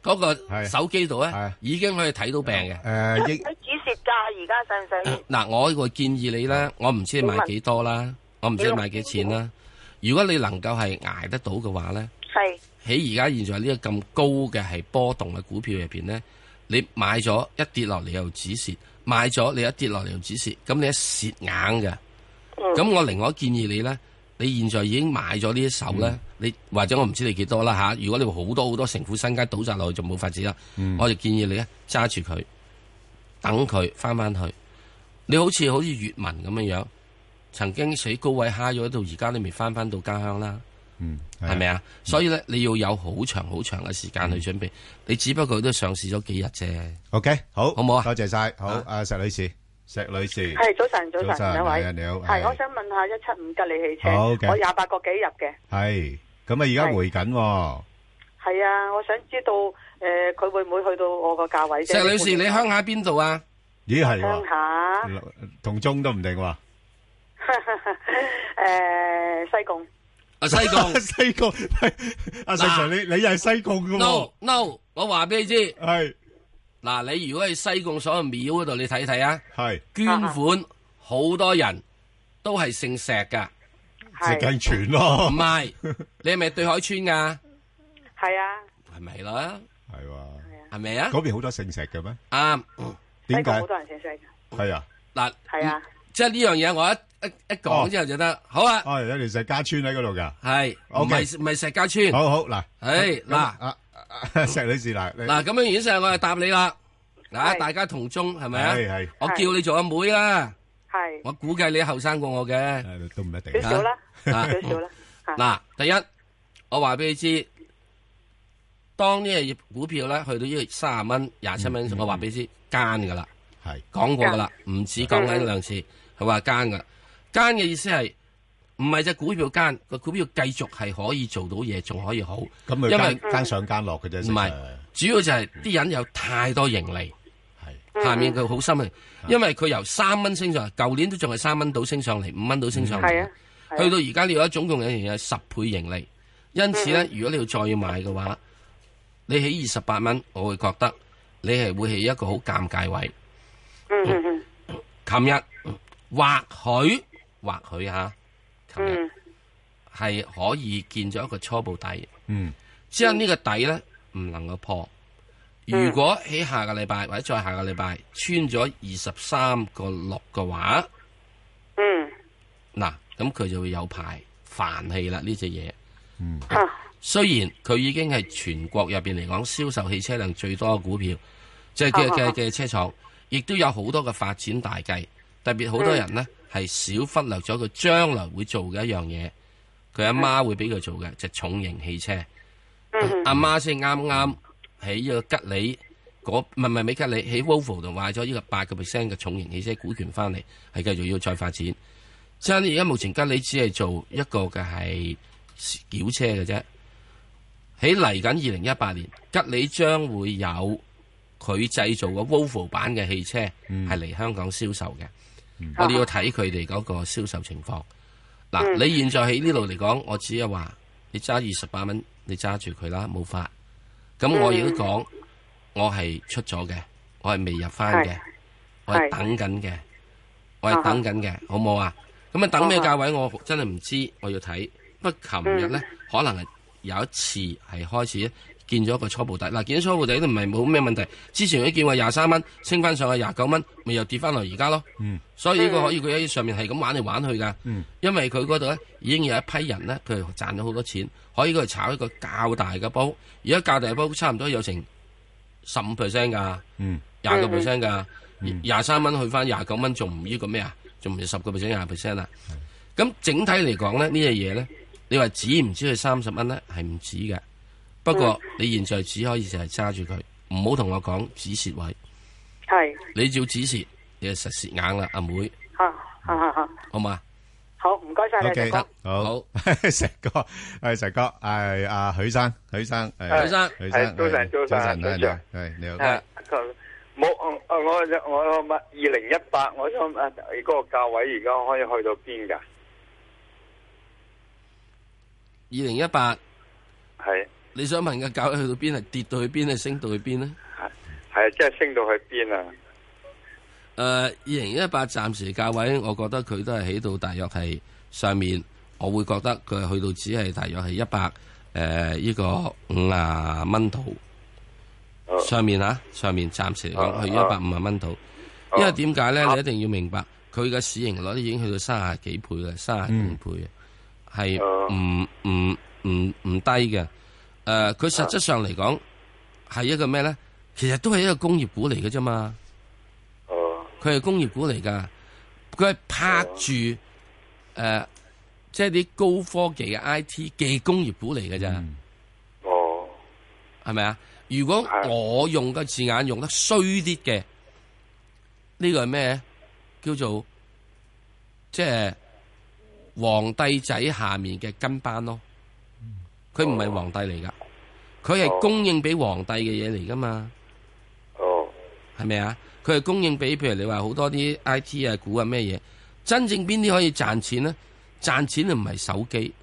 [SPEAKER 3] 嗰個
[SPEAKER 2] 係
[SPEAKER 3] 手機度
[SPEAKER 2] 係啊
[SPEAKER 3] 咧，已經可以睇到病嘅。
[SPEAKER 2] 誒，應
[SPEAKER 5] 喺
[SPEAKER 2] -
[SPEAKER 5] 止蝕價而家使唔
[SPEAKER 2] 嗯
[SPEAKER 5] 使？
[SPEAKER 3] 嗱，我個建議你啦，我唔知你買幾多啦，我唔知你買幾錢啦。如果你能夠係捱得到嘅話咧，
[SPEAKER 5] 係
[SPEAKER 3] 喺而家現在呢個咁高嘅係波動嘅股票入邊咧，你買咗一跌落嚟又止蝕，買咗你一跌落嚟又止蝕，咁你一蝕硬嘅。咁我另外建議你咧，你現在已經買咗呢一手咧，你或者我唔知你幾多啦吓。如果你好多好多城府身家倒晒落去就冇法子啦，我就建議你咧揸住佢，等佢翻翻去。你好似好似粵文咁樣樣，曾經死高位蝦咗到而家，你未翻翻到家鄉啦。
[SPEAKER 2] 嗯，係啊，嗯
[SPEAKER 3] 係咪啊？所以咧，你要有好長好長嘅時間去準備。你只不過都上市咗幾日啫。
[SPEAKER 2] OK，好，
[SPEAKER 3] 好唔好啊？
[SPEAKER 2] 多謝晒，好，
[SPEAKER 3] 啊。
[SPEAKER 2] 阿石女士，石女士，
[SPEAKER 5] 係早晨，早
[SPEAKER 2] 早晨，
[SPEAKER 5] 晨兩位。
[SPEAKER 2] 係啊，你好，係。
[SPEAKER 5] 係，我想問下一七五吉利汽車，
[SPEAKER 2] 好嘅
[SPEAKER 5] 我廿八個幾入嘅，
[SPEAKER 2] 係，咁啊，而家
[SPEAKER 5] 係。
[SPEAKER 2] 回緊喎。
[SPEAKER 5] 係啊，我想知道誒佢、會唔會去到我個價位啫？
[SPEAKER 3] 石女士，你鄉下邊
[SPEAKER 2] (laughs)
[SPEAKER 3] 度啊？
[SPEAKER 2] 咦，係喎。
[SPEAKER 5] 鄉下
[SPEAKER 2] 嗯
[SPEAKER 5] (laughs)
[SPEAKER 2] 同宗都唔定喎。
[SPEAKER 5] 呃誒西貢
[SPEAKER 3] 啊西
[SPEAKER 2] (laughs) (laughs)
[SPEAKER 3] 貢
[SPEAKER 2] 西貢，喂阿石
[SPEAKER 3] 嗱
[SPEAKER 2] Sir，你你又係西貢噶
[SPEAKER 3] no
[SPEAKER 2] 喎？
[SPEAKER 3] no，我話俾你知，
[SPEAKER 2] 係
[SPEAKER 3] 嗱，你如果去西貢所有廟嗰度，你睇睇啊，
[SPEAKER 2] 係
[SPEAKER 3] 捐
[SPEAKER 5] 啊
[SPEAKER 3] 款好多人都係姓石噶，
[SPEAKER 2] 食
[SPEAKER 5] 係
[SPEAKER 2] 緊全
[SPEAKER 3] 唔
[SPEAKER 2] 咯，
[SPEAKER 3] 係你係咪對海村噶？
[SPEAKER 5] 係啊，
[SPEAKER 3] 係咪啦？
[SPEAKER 2] 係喎。
[SPEAKER 3] 係咪啊？
[SPEAKER 2] 嗰邊好多姓石嘅咩？
[SPEAKER 3] 啱
[SPEAKER 5] 西
[SPEAKER 2] 點
[SPEAKER 5] 貢
[SPEAKER 2] 解
[SPEAKER 5] 好？多人請食㗎，
[SPEAKER 2] 係啊，
[SPEAKER 3] 嗱，
[SPEAKER 5] 係啊，
[SPEAKER 3] 即係呢樣嘢我一一一
[SPEAKER 2] 哦
[SPEAKER 3] 講之後就得，好啊，
[SPEAKER 2] 哦，有條石家村喺嗰度㗎。
[SPEAKER 3] 係唔
[SPEAKER 2] OK
[SPEAKER 3] 係唔係石家村？
[SPEAKER 2] 好好嗱，
[SPEAKER 3] 係
[SPEAKER 2] 咁
[SPEAKER 3] 嗱
[SPEAKER 2] 啊 (laughs) 啊石女士嗱，你
[SPEAKER 3] 嗱，咁樣袁生，我就答你啦。嗱，
[SPEAKER 5] 係
[SPEAKER 3] 大家同中係咪
[SPEAKER 2] 係
[SPEAKER 3] 啊？
[SPEAKER 2] 係
[SPEAKER 3] 我叫你做阿妹啦，
[SPEAKER 5] 係
[SPEAKER 3] 我估計你後生過我
[SPEAKER 5] (laughs)
[SPEAKER 3] 嘅。
[SPEAKER 2] 誒都唔一定
[SPEAKER 5] 少
[SPEAKER 2] 啊。
[SPEAKER 5] 少啦，
[SPEAKER 3] 啊
[SPEAKER 5] 少少啦，嚇
[SPEAKER 3] 嗱，第一，我話俾你知，當呢只股票咧去到呢三十蚊、廿七
[SPEAKER 2] 嗯
[SPEAKER 3] 蚊，我話俾你知，奸噶啦，
[SPEAKER 2] 係
[SPEAKER 3] 講過噶啦，唔止講緊兩次，佢話奸噶。奸嘅意思係唔係只股票奸，個股票繼續係可以做到嘢，仲可以好。
[SPEAKER 2] 咁佢
[SPEAKER 3] 因
[SPEAKER 2] 間
[SPEAKER 3] 為
[SPEAKER 2] 間上間落嘅啫。
[SPEAKER 3] 唔
[SPEAKER 2] 石
[SPEAKER 3] 係
[SPEAKER 2] Sir，
[SPEAKER 3] 主要就係啲人有太多盈利。
[SPEAKER 2] 係
[SPEAKER 5] 嗯
[SPEAKER 3] 下面佢好深啊，因為佢由三蚊升上嚟，舊年都仲係三蚊到升上嚟，五蚊到升上嚟，
[SPEAKER 5] 係啊，係
[SPEAKER 3] 去
[SPEAKER 5] 啊
[SPEAKER 3] 到而家你有一總共有一樣嘢係十倍盈利，因此
[SPEAKER 5] 嗯
[SPEAKER 3] 咧，如果你要再買嘅話，你起二十八蚊，我會覺得你係會起一個好尷尬位。
[SPEAKER 5] 嗯嗯嗯
[SPEAKER 3] 琴日嗯或許或許吓，琴日
[SPEAKER 5] 嗯
[SPEAKER 3] 係可以見咗一個初步底，
[SPEAKER 2] 嗯
[SPEAKER 3] 之後呢個底咧唔能夠破。如果喺下個禮拜或者再下個禮拜穿咗二十三個六嘅話，
[SPEAKER 5] 嗯
[SPEAKER 3] 嗱，咁佢就會有排煩氣啦呢只嘢。
[SPEAKER 2] 嗯
[SPEAKER 5] 啊
[SPEAKER 3] 雖然佢已經係全國入邊嚟講銷售汽車量最多嘅股票，即係
[SPEAKER 5] 啊啊
[SPEAKER 3] 嘅
[SPEAKER 5] 啊
[SPEAKER 3] 嘅嘅車廠，亦都有好多嘅發展大計。特別好多人呢係少忽略咗佢將來會做嘅一樣嘢，佢阿媽會俾佢做嘅就係重型汽車。
[SPEAKER 5] 嗯
[SPEAKER 3] 阿媽先啱啱喺呢個吉利嗰唔係唔係美吉利喺 Volvo 度買咗呢個八個 percent 嘅重型汽車股權翻嚟，係繼續要再發展。即係而家目前吉利只係做一個嘅係轎車嘅啫。喺嚟緊二零一八年，吉利將會有佢製造嘅 Volvo 版嘅汽車係嚟香港銷售嘅。我哋要睇佢哋嗰個銷售情況。嗱，你現在喺呢度嚟講，我只係話你揸二十八蚊，你揸住佢啦，冇法。咁我亦都講，我係出咗嘅，我係未入翻嘅
[SPEAKER 5] 係，
[SPEAKER 3] 我係
[SPEAKER 5] 係
[SPEAKER 3] 等緊嘅，我係等緊嘅，好冇啊？咁啊，等咩價位我真係唔知，我要睇。不過琴日咧，可能係有一次係開始見咗個初步底。嗱，見咗初步底都唔係冇咩問題。之前都見過廿三蚊，升翻上去廿九蚊，咪又跌翻落而家咯。
[SPEAKER 2] 嗯
[SPEAKER 3] 所以呢個可以佢喺上面係咁玩嚟玩去㗎，
[SPEAKER 2] 嗯
[SPEAKER 3] 因為佢嗰度咧已經有一批人咧，佢係賺咗好多錢，可以佢係炒一個較大嘅煲，而家較大嘅煲差唔多有成十五 percent 㗎，
[SPEAKER 2] 嗯
[SPEAKER 3] 廿個 percent 㗎，廿三蚊去翻廿九蚊，仲唔呢個咩啊？仲唔係十個 percent 廿 percent 啊？
[SPEAKER 2] 嗯
[SPEAKER 3] 咁整體嚟講咧，呢樣嘢咧，你話止唔止佢三十蚊咧？係唔止嘅，不過
[SPEAKER 2] 嗯
[SPEAKER 3] 你現在只可以就係揸住佢，唔好同我講止蝕位，
[SPEAKER 5] 係
[SPEAKER 3] 你照止蝕，你就實蝕硬啦，阿妹，
[SPEAKER 5] 啊啊啊啊
[SPEAKER 3] 好嘛？
[SPEAKER 5] 好唔該晒你
[SPEAKER 2] ，OK，
[SPEAKER 5] 石哥，
[SPEAKER 2] 好
[SPEAKER 3] 好，
[SPEAKER 2] (laughs) 石哥，係石哥，係阿許生，許生，係
[SPEAKER 3] 許生
[SPEAKER 2] 許生，
[SPEAKER 6] 係早晨
[SPEAKER 2] 係
[SPEAKER 6] 早晨
[SPEAKER 2] 早晨，
[SPEAKER 6] 早晨
[SPEAKER 2] 係你好，
[SPEAKER 3] 係
[SPEAKER 6] 冇，我我我乜二零一八，我想問嗰個價位而家可以去到邊㗎？
[SPEAKER 3] 二零一八，
[SPEAKER 6] 係
[SPEAKER 3] 你想問嘅價位去到邊？係啊跌到去邊？係升到去邊啊呢？
[SPEAKER 6] 係，即係升到去邊啊？
[SPEAKER 3] 誒、呃二零一八暫時價位，我覺得佢都係喺到大約係上面，我會覺得佢去到只係大約係一百誒呢個五啊蚊度
[SPEAKER 6] 哦
[SPEAKER 3] 上面啊，上面暫時嚟
[SPEAKER 6] 哦
[SPEAKER 3] 講去一百五啊啊蚊度，因為點解咧？
[SPEAKER 6] 哦
[SPEAKER 3] 你一定要明白佢嘅市盈率已經去到三啊幾倍啦，三啊幾倍嘅。係
[SPEAKER 6] 哦
[SPEAKER 3] 唔唔唔唔低嘅。誒、呃佢實質上嚟講係一個咩咧？其實都係一個工業股嚟嘅啫嘛，
[SPEAKER 6] 哦，
[SPEAKER 3] 佢係工業股嚟噶，佢係拍住誒、呃即係啲高科技嘅 I T 嘅工業股嚟嘅咋，
[SPEAKER 6] 哦，
[SPEAKER 3] 係咪啊？如果
[SPEAKER 6] 係
[SPEAKER 3] 我用嘅字眼用得衰啲嘅，呢、個係咩？叫做即係皇帝仔下面嘅跟班咯。佢唔係皇帝嚟噶，佢係供應俾皇帝嘅嘢嚟噶嘛，
[SPEAKER 6] 哦，
[SPEAKER 3] 係咪啊？佢係供應俾譬如你話好多啲 I T 啊股啊咩嘢，真正邊啲可以賺錢呢？賺錢就唔係手機，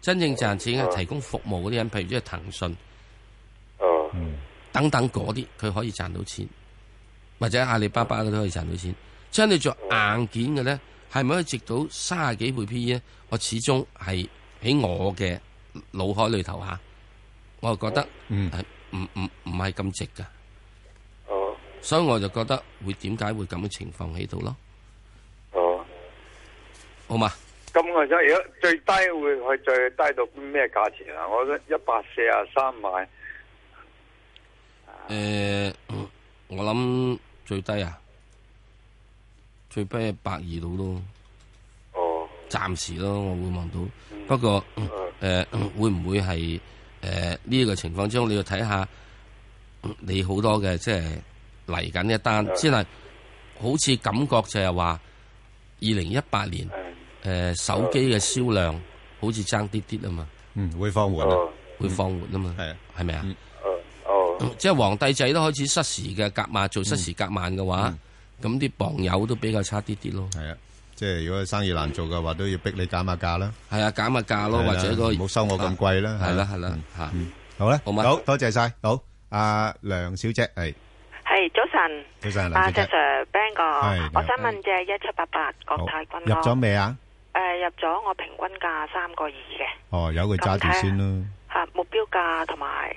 [SPEAKER 3] 真正賺錢係提供服務嗰啲人，譬如即係騰訊
[SPEAKER 6] 哦，
[SPEAKER 3] 等等嗰啲，佢可以賺到錢，或者阿里巴巴嗰啲可以賺到錢。真係做硬件嘅咧，係咪可以值到三十幾倍 P E 咧？我始終係喺我嘅腦海裏頭嚇，我就覺得
[SPEAKER 2] 嗯
[SPEAKER 3] 係唔唔唔係咁值㗎。
[SPEAKER 6] 哦，
[SPEAKER 3] 所以我就覺得會點解會咁嘅情況喺度咯，
[SPEAKER 6] 哦。
[SPEAKER 3] 好嘛？
[SPEAKER 6] 咁我想如果最低會去最低到咩價錢啊？我一百四啊三買，
[SPEAKER 3] 誒、嗯我諗最低啊，最低係百二度咯，
[SPEAKER 6] 哦，
[SPEAKER 3] 暫時咯，我會望到。不過誒、嗯會唔會係誒呢個情況之中，你要睇下嗯你好多嘅即係嚟緊一單，即係好似感覺就係話二零一八年誒、
[SPEAKER 6] 嗯
[SPEAKER 3] 手機嘅銷量好似爭啲啲啊嘛，
[SPEAKER 2] 嗯，會放緩啊
[SPEAKER 6] 哦，
[SPEAKER 3] 會放緩啊嘛，
[SPEAKER 2] 係啊
[SPEAKER 3] 係咪啊？
[SPEAKER 6] 哦，哦，
[SPEAKER 3] 即係皇帝仔都開始失時嘅夾萬做失時夾萬嘅
[SPEAKER 2] 嗯
[SPEAKER 3] 話，咁啲傍友都比較差啲啲咯。
[SPEAKER 2] 係啊，即係如果生意難做嘅話，都要逼你減下價啦，
[SPEAKER 3] 係啊，減下價咯，
[SPEAKER 2] 係啦
[SPEAKER 3] 或者個啊
[SPEAKER 2] 唔好收我咁貴啦嗯
[SPEAKER 3] 係啦
[SPEAKER 2] 係
[SPEAKER 3] 係啦嚇，
[SPEAKER 2] 好啦，
[SPEAKER 3] 好嘛
[SPEAKER 2] 好多謝晒，好，阿梁小姐係
[SPEAKER 7] 系早晨，
[SPEAKER 2] 早晨，梁
[SPEAKER 7] 阿
[SPEAKER 2] 小
[SPEAKER 8] 啊
[SPEAKER 7] Sir
[SPEAKER 2] 姐，
[SPEAKER 7] Sir Ben 哥
[SPEAKER 2] 係，
[SPEAKER 7] 我想問只一七八八
[SPEAKER 2] 好
[SPEAKER 7] 國泰君
[SPEAKER 2] 入
[SPEAKER 7] 安，
[SPEAKER 2] 咗未啊？
[SPEAKER 7] 诶入咗我平均價三個二嘅
[SPEAKER 2] 哦，由佢揸住先啦。
[SPEAKER 7] 吓目標價同埋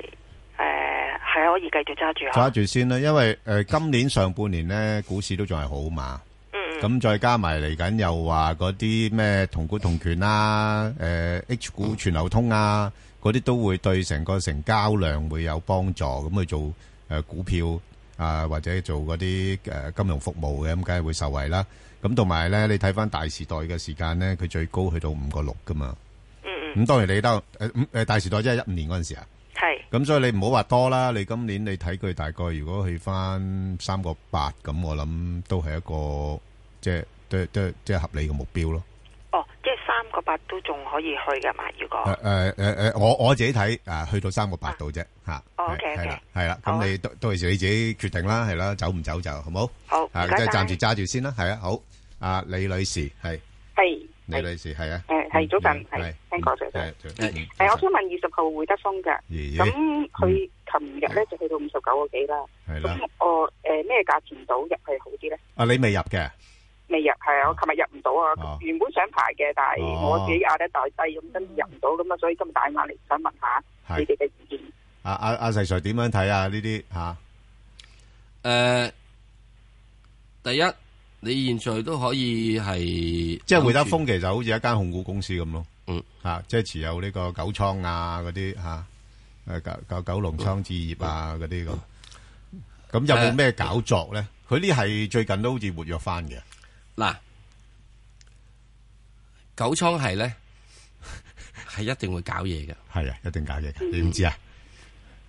[SPEAKER 7] 诶系可以繼續揸住
[SPEAKER 2] 揸
[SPEAKER 7] 啊，
[SPEAKER 2] 住先啦，因為诶、呃今年上半年咧股市都仲係好嘛，
[SPEAKER 7] 嗯
[SPEAKER 2] 咁、再加埋嚟緊又話嗰啲咩同股同權啊，诶、H 股全流通啊，嗰啲都會對成個成交量會有幫助，咁去做诶、呃股票啊或者做嗰啲诶金融服務嘅，咁梗係會受惠啦。咁同埋咧，你睇翻大時代嘅時間咧，佢最高去到五個六噶嘛，
[SPEAKER 7] 嗯嗯
[SPEAKER 2] 咁當然你得诶五诶大時代即係一五年嗰阵时啊。
[SPEAKER 7] 係
[SPEAKER 2] 咁所以你唔好話多啦，你今年你睇佢大概如果去翻三個八，咁我諗都係一個即係都都即係合理嘅目標咯。
[SPEAKER 7] 哦，即係三個八都仲可以去嘅嘛，如果
[SPEAKER 2] 誒誒誒誒，我我自己睇啊，去到三個八度啫嚇。
[SPEAKER 7] 哦
[SPEAKER 2] 係
[SPEAKER 7] OK，OK
[SPEAKER 2] 係啦，係啦，
[SPEAKER 7] 好啊
[SPEAKER 2] 咁你到到時你自己決定啦，係啦，走唔走就好冇？
[SPEAKER 7] 好
[SPEAKER 2] 啊，
[SPEAKER 7] 唔
[SPEAKER 2] 即
[SPEAKER 7] 該
[SPEAKER 2] 係
[SPEAKER 7] 晒
[SPEAKER 2] 暫時揸住先啦，係啊，好。啊，李女士係
[SPEAKER 8] 系
[SPEAKER 2] 李女士係啊，
[SPEAKER 8] 誒係早晨
[SPEAKER 2] 嗯
[SPEAKER 8] 係
[SPEAKER 2] 嗯
[SPEAKER 8] 聽過早晨
[SPEAKER 2] 係早晨
[SPEAKER 8] 诶，誒我想問二十號會德豐嘅，
[SPEAKER 2] 咦嗯
[SPEAKER 8] 咁佢琴日咧就去到五十九個幾啦，
[SPEAKER 2] 係啦，
[SPEAKER 8] 咁我诶咩價錢到入去好啲咧？
[SPEAKER 2] 啊你未入嘅，
[SPEAKER 8] 未入係啊，我琴日入唔到
[SPEAKER 2] 哦
[SPEAKER 8] 啊，原本想排嘅，但係
[SPEAKER 2] 哦
[SPEAKER 8] 我自己壓得太低，咁跟住入唔到，咁啊，所以今日打電話嚟想問下
[SPEAKER 2] 係
[SPEAKER 8] 你哋嘅意見。
[SPEAKER 2] 啊啊啊細 Sir 點樣睇啊？呢啲嚇嗯
[SPEAKER 3] 誒，第一你現在都可以係
[SPEAKER 2] 即係匯德豐其實好似一間控股公司咁咯，
[SPEAKER 3] 嗯，
[SPEAKER 2] 吓、即係持有呢個九倉啊嗰啲吓，诶九九九龍倉置業啊嗰啲咁。咁有冇咩搞作咧？佢呢係最近都好似活躍翻嘅，
[SPEAKER 3] 嗱，九倉係咧係一定會搞嘢嘅。
[SPEAKER 2] 係啊，一定搞嘢㗎，你唔知啊？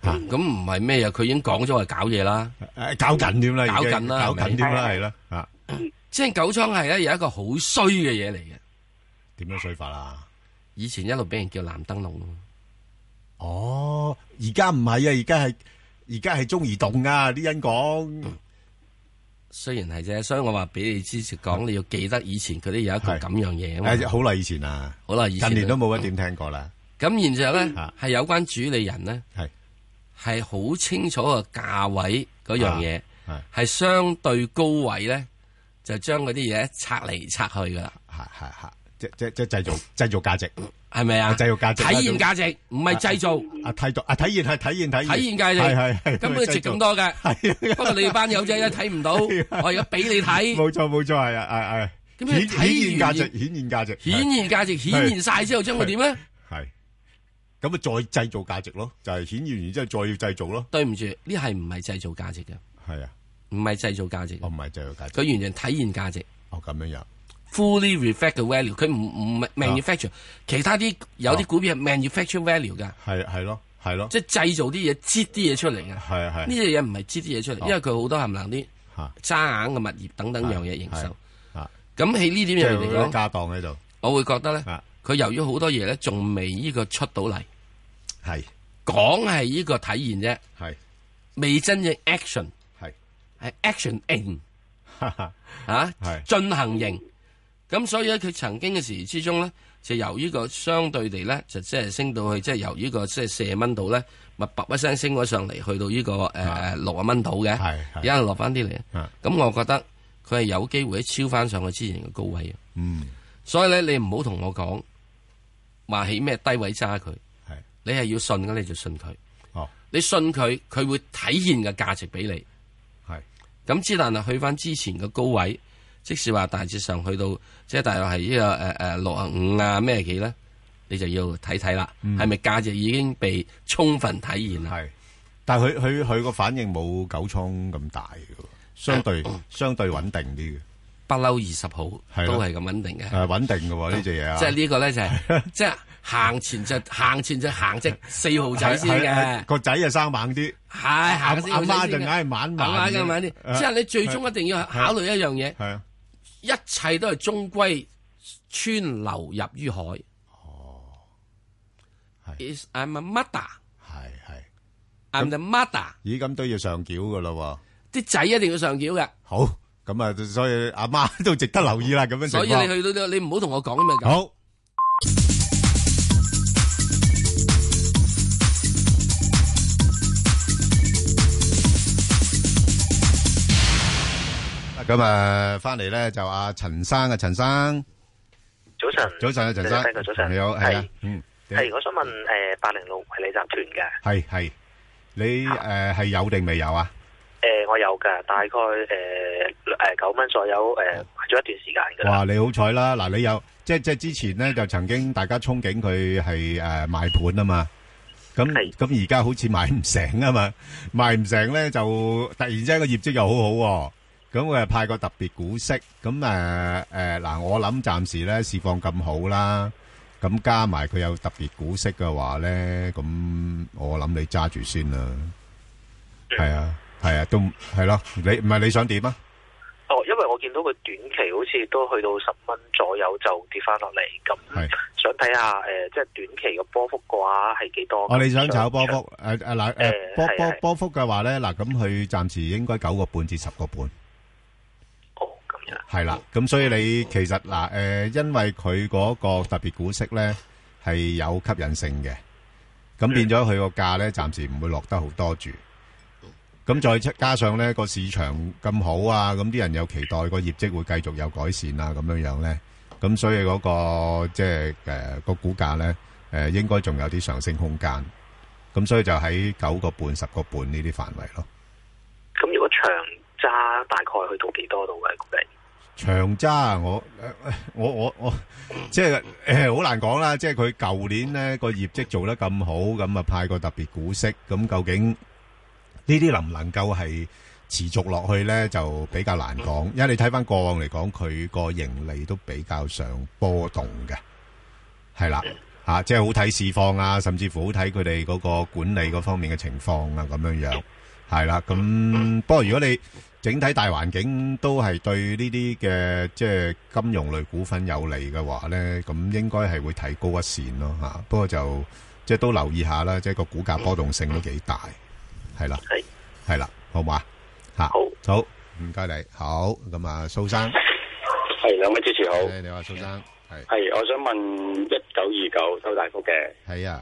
[SPEAKER 3] 咁唔係咩啊？佢已經講咗係搞嘢啦。
[SPEAKER 2] 诶，搞緊添啦，已經
[SPEAKER 3] 搞緊啦
[SPEAKER 2] 搞緊添啦，
[SPEAKER 8] 係咪
[SPEAKER 2] 係啦，啊，
[SPEAKER 3] 即係九倉係咧有一個好衰嘅嘢嚟嘅，
[SPEAKER 2] 點樣水法啊？
[SPEAKER 3] 以前一路俾人叫藍燈籠咯。
[SPEAKER 2] 哦，而家唔係啊，而家係而家係中移動啊，啲人講
[SPEAKER 3] 雖然係啫，所以我話俾你之前講，你要記得以前佢哋有一個
[SPEAKER 2] 係
[SPEAKER 3] 咁樣嘢啊
[SPEAKER 2] 诶，
[SPEAKER 3] 嘛。
[SPEAKER 2] 好耐以前啊，
[SPEAKER 3] 好啦，以
[SPEAKER 2] 近
[SPEAKER 3] 前
[SPEAKER 2] 年都冇乜點聽過啦，
[SPEAKER 3] 咁，然之後咧
[SPEAKER 2] 啊
[SPEAKER 3] 係有關主理人咧
[SPEAKER 2] 係
[SPEAKER 3] 係好清楚個價位嗰樣嘢，
[SPEAKER 2] 係
[SPEAKER 3] 係相對高位咧就將嗰啲嘢拆嚟拆去噶啦，
[SPEAKER 2] 係係係，即即即
[SPEAKER 3] (laughs)
[SPEAKER 2] 製造製造價值。
[SPEAKER 3] 係咪啊？
[SPEAKER 2] 啊製造價值啦
[SPEAKER 3] 體現價值唔係製造，
[SPEAKER 2] 啊，睇到啊，體現係體現體現，
[SPEAKER 3] 體現價值
[SPEAKER 2] 係係係
[SPEAKER 3] 根本就值咁。多嘅。不過你班友仔一睇唔到，
[SPEAKER 2] (laughs)
[SPEAKER 3] 我而家俾你睇。
[SPEAKER 2] 啊冇錯冇錯，係啊係
[SPEAKER 3] 咁
[SPEAKER 2] 係。顯
[SPEAKER 3] 你
[SPEAKER 2] 顯現
[SPEAKER 3] 睇
[SPEAKER 2] 價
[SPEAKER 3] 完
[SPEAKER 2] 值，顯現價值，
[SPEAKER 3] 顯現價值顯現晒之後，將佢點咧？
[SPEAKER 2] 係咁啊，再製造價值咯，就係顯現完之後再要製造咯，
[SPEAKER 3] 對唔住，呢係唔係製造價值嘅，
[SPEAKER 2] 係啊，哦
[SPEAKER 3] 唔係製造價值，
[SPEAKER 2] 我唔係製造價值，
[SPEAKER 3] 佢完全體現價值
[SPEAKER 2] 哦咁樣樣，
[SPEAKER 3] ，fully reflect 嘅 value，佢唔唔
[SPEAKER 2] 啊
[SPEAKER 3] 係 manufacture，其他啲有啲股票係 manufacture value 㗎，
[SPEAKER 2] 係係咯係咯，
[SPEAKER 3] 即係製造啲嘢，擠啲嘢出嚟嘅。呢
[SPEAKER 2] 係係哦
[SPEAKER 3] 隻嘢唔係擠啲嘢出嚟，因為佢好多含能啲
[SPEAKER 2] 嚇
[SPEAKER 3] 揸硬嘅物業等等樣嘢營收。
[SPEAKER 2] 啊，
[SPEAKER 3] 咁喺呢
[SPEAKER 2] 即
[SPEAKER 3] 啲
[SPEAKER 2] 係
[SPEAKER 3] 嘢
[SPEAKER 2] 有
[SPEAKER 3] 嚟
[SPEAKER 2] 啲
[SPEAKER 3] 講，
[SPEAKER 2] 家當喺度，
[SPEAKER 3] 我會覺得咧
[SPEAKER 2] 啊，
[SPEAKER 3] 佢由於好多嘢咧仲未呢個出到嚟，
[SPEAKER 2] 係
[SPEAKER 3] 講係呢個體現啫，
[SPEAKER 2] 係
[SPEAKER 3] 未真正 action
[SPEAKER 2] 係
[SPEAKER 3] 係 action in。
[SPEAKER 2] 哈哈
[SPEAKER 3] 啊
[SPEAKER 2] 係，
[SPEAKER 3] 進行型。咁所以咧，佢曾經嘅時之中咧，就由呢個相對地咧，就即係升到去，即係由呢個即係四十蚊度咧，咪叭一聲升咗上嚟，去到呢個誒六啊蚊度嘅，
[SPEAKER 2] 係係
[SPEAKER 3] 而家落翻啲嚟
[SPEAKER 2] 係。
[SPEAKER 3] 咁我覺得佢係有機會超翻上去之前嘅高位嘅，啊
[SPEAKER 2] 嗯，
[SPEAKER 3] 所以咧你唔好同我講話起咩低位揸佢，
[SPEAKER 2] 係
[SPEAKER 3] 你係要信嘅你就信佢，
[SPEAKER 2] 哦，
[SPEAKER 3] 你信佢佢會體現嘅價值俾你。
[SPEAKER 2] 係
[SPEAKER 3] 咁之但係啊去翻之前嘅高位，即使話大致上去到即係大約係呢個誒誒六啊五啊咩幾咧，你就要睇睇啦，
[SPEAKER 2] 嗯
[SPEAKER 3] 係咪價值已經被充分體現啊啦？
[SPEAKER 2] 係，但係佢佢佢個反應冇九倉咁大嘅喎，相對 (coughs) 相對穩定啲嘅，
[SPEAKER 3] 不嬲二十號
[SPEAKER 2] 係咯
[SPEAKER 3] 都係咁穩定
[SPEAKER 2] 誒
[SPEAKER 3] 嘅，
[SPEAKER 2] 穩定嘅喎呢只嘢啊，
[SPEAKER 3] 即係呢個咧就係即係行前就行前就行只四號仔先
[SPEAKER 2] 係係
[SPEAKER 3] 嘅
[SPEAKER 2] 係，個仔啊生猛啲，
[SPEAKER 3] 係
[SPEAKER 2] 阿
[SPEAKER 3] 行先
[SPEAKER 2] 阿媽就硬係晚晚，
[SPEAKER 3] 啱啱啱
[SPEAKER 2] 啊
[SPEAKER 3] 啲，即係你最終一定要考慮一樣嘢，
[SPEAKER 2] 係啊，
[SPEAKER 3] 一切都係終歸川流入於海。
[SPEAKER 2] 哦係
[SPEAKER 3] Is I'm a mother。
[SPEAKER 2] 係係，
[SPEAKER 3] I'm the mother，
[SPEAKER 2] 咦咁都要上繳嘅咯
[SPEAKER 3] 啲仔一定要上繳嘅，
[SPEAKER 2] 喎，好，咁啊所以阿媽都值得留意啦，咁樣情
[SPEAKER 3] 所以
[SPEAKER 2] 況
[SPEAKER 3] 你去到你唔好同我講咁嘅咁。
[SPEAKER 2] 好。咁啊，翻嚟咧就阿陳生啊，陳生，
[SPEAKER 9] 早
[SPEAKER 10] Dạ,
[SPEAKER 9] 晨，
[SPEAKER 2] 早晨啊，陳生，
[SPEAKER 9] 早晨，
[SPEAKER 2] 你好，係啊
[SPEAKER 9] 係，
[SPEAKER 2] 嗯，
[SPEAKER 9] 係，我想問誒八零六維利集團嘅，誒、
[SPEAKER 2] 係係，你誒係有定未有啊？
[SPEAKER 9] 呃我有㗎，大概誒誒九蚊左右誒、買咗一段時間㗎啦，
[SPEAKER 2] 哦哇，你好彩啦，嗱，你有即即之前咧就曾經大家憧憬佢係誒賣盤啊嘛，咁
[SPEAKER 9] 係
[SPEAKER 2] 咁而家好似賣唔成啊嘛， (laughs) 賣唔成咧就突然之間個業績又好好、喎。咁佢又派個特別股息，咁誒誒嗱，我諗暫時咧市況咁好啦，咁加埋佢有特別股息嘅話咧，咁我諗你揸住先啦，係啊係啊，都係咯，你唔係你想點啊？
[SPEAKER 9] 哦，因為我見到佢短期好似都去到十蚊左右就跌翻落嚟，咁
[SPEAKER 2] 係
[SPEAKER 9] 想睇下誒、即係短期嘅波幅嘅話係幾多？
[SPEAKER 2] 哦，你想炒波幅？誒誒嗱誒
[SPEAKER 9] 誒
[SPEAKER 2] 波
[SPEAKER 9] 係
[SPEAKER 2] 波
[SPEAKER 9] 係
[SPEAKER 2] 波幅嘅話咧，嗱咁佢暫時應該九個半至十個半，
[SPEAKER 9] 哦，咁樣，
[SPEAKER 2] 係啦。咁所以你其實嗱誒，因為佢嗰個特別股息咧係有吸引性嘅，咁變咗佢個價咧暫時唔會落得好多住。咁再加上咧個市場咁好啊，咁啲人有期待個業績會繼續有改善啊，咁樣樣咧，咁所以嗰、個即係誒個股價咧誒、呃、應該仲有啲上升空間。咁所以就喺九個半、十個半呢啲範圍咯。
[SPEAKER 9] 咁如果長揸大概去到幾多度嘅估計？
[SPEAKER 2] 長揸我 (laughs) 呃我我我即係 (coughs) 誒好難講啦，即係佢舊年咧個業績做得咁好，咁啊派個特別股息，咁究竟呢啲能唔能夠係持續落去咧，就比較難講。因為你睇翻過往嚟講，佢個盈利都比較上波動嘅，係啦嚇，即係好睇市況啊，甚至乎好睇佢哋嗰個管理嗰方面嘅情況啊，咁樣樣係啦。咁不過如果你整體大環境都係對呢啲嘅即係金融類股份有利嘅話咧，咁應該係會提高一線咯嚇。不過就即係都留意下啦，即係個股價波動性都幾大，係啦，
[SPEAKER 9] 係
[SPEAKER 2] 係啦，好嘛嚇，
[SPEAKER 9] 好
[SPEAKER 2] 好唔該你，好咁啊，蘇生，
[SPEAKER 6] 係兩位主持好
[SPEAKER 2] 誒你話蘇生係
[SPEAKER 6] 係我想問一九二九收大幅嘅，
[SPEAKER 2] 係啊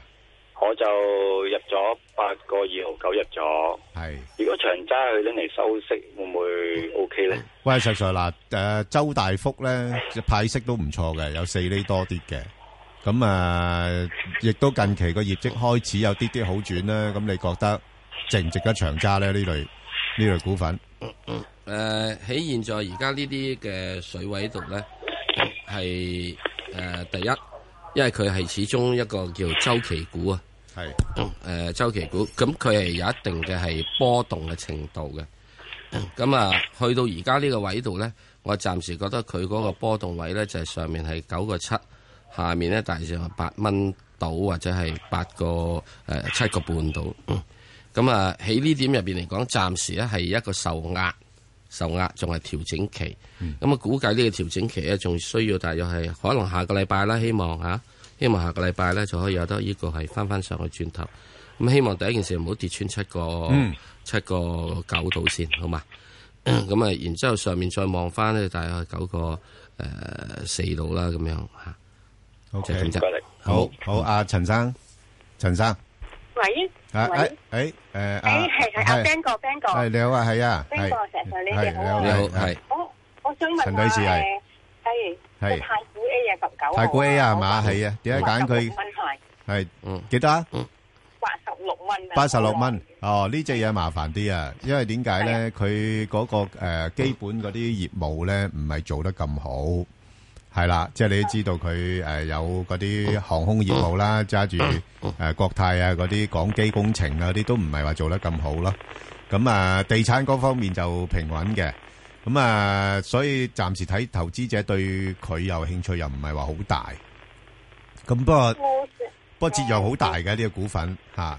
[SPEAKER 6] 我就入咗八個二毫九入咗。
[SPEAKER 2] 係。
[SPEAKER 6] 如果長揸佢拎嚟收息，會唔會 O K 咧？
[SPEAKER 2] 喂，石 Sir 嗱，誒，周大福咧派息都唔錯嘅，有四厘多啲嘅。咁啊，亦都近期個業績開始有啲啲好轉啦。咁你覺得值唔值得長揸咧？呢類呢類股份
[SPEAKER 3] 誒喺、現在而家呢啲嘅水位度咧，係誒、第一，因為佢係始終一個叫周期股啊，
[SPEAKER 2] 係
[SPEAKER 3] 誒、呃周期股，咁佢係有一定嘅係波動嘅程度嘅。咁啊，去到而家呢個位度咧，我暫時覺得佢嗰個波動位咧就係、上面係九個七，下面咧大致上八蚊到或者係八個誒七個半到。咁啊喺呢點入邊嚟講，暫時咧係一個受壓，受壓仲係調整期。咁啊、估計呢個調整期咧，仲需要大約係可能下個禮拜啦，希望嚇、希望下個禮拜咧就可以有得呢個係翻翻上去轉頭。咁希望第一件事唔好跌穿七個、
[SPEAKER 2] 嗯
[SPEAKER 3] 七個九度先，好嘛？ (coughs) 咁啊，然之後呃上面再望翻咧，大約係九個誒四度啦，咁樣嚇。就係咁
[SPEAKER 9] 唔該
[SPEAKER 3] 啫
[SPEAKER 9] 你。
[SPEAKER 2] 好，好，阿陳生，陳生，
[SPEAKER 10] 喂，
[SPEAKER 2] 啊，
[SPEAKER 10] 喂。
[SPEAKER 2] 誒，誒，誒，啊，
[SPEAKER 10] 诶，系系阿
[SPEAKER 2] 係，
[SPEAKER 10] Ben 哥，Ben 哥
[SPEAKER 2] 係，你好啊，係啊，
[SPEAKER 10] ，Ben
[SPEAKER 2] 係，
[SPEAKER 10] 哥，石 Sir，你
[SPEAKER 2] 係
[SPEAKER 10] 哋好啊
[SPEAKER 2] 你好係係
[SPEAKER 10] 我我想問下
[SPEAKER 2] 陳女士係
[SPEAKER 10] 誒係
[SPEAKER 2] 係
[SPEAKER 10] 太古 A 啊，十九
[SPEAKER 2] 太古 A 啊，係嘛，係啊，點解揀佢
[SPEAKER 10] 蚊係
[SPEAKER 2] 係
[SPEAKER 3] 嗯
[SPEAKER 2] 幾多啊？
[SPEAKER 10] 八十六蚊啊，
[SPEAKER 2] 八十六蚊。哦，呢只嘢麻煩啲啊，因為點解咧？佢嗰、個呃基本嗰啲業務咧，唔係做得咁好，係啦，即係你都知道佢誒有嗰啲航空業務啦，揸住誒國泰啊嗰啲港機工程啊嗰啲都唔係話做得咁好咯。咁啊，地產嗰方面就平穩嘅。咁啊，所以暫時睇投資者對佢有興趣又唔係話好大。咁不過
[SPEAKER 10] 我想
[SPEAKER 2] 不過折讓好大嘅呢、個股份嚇。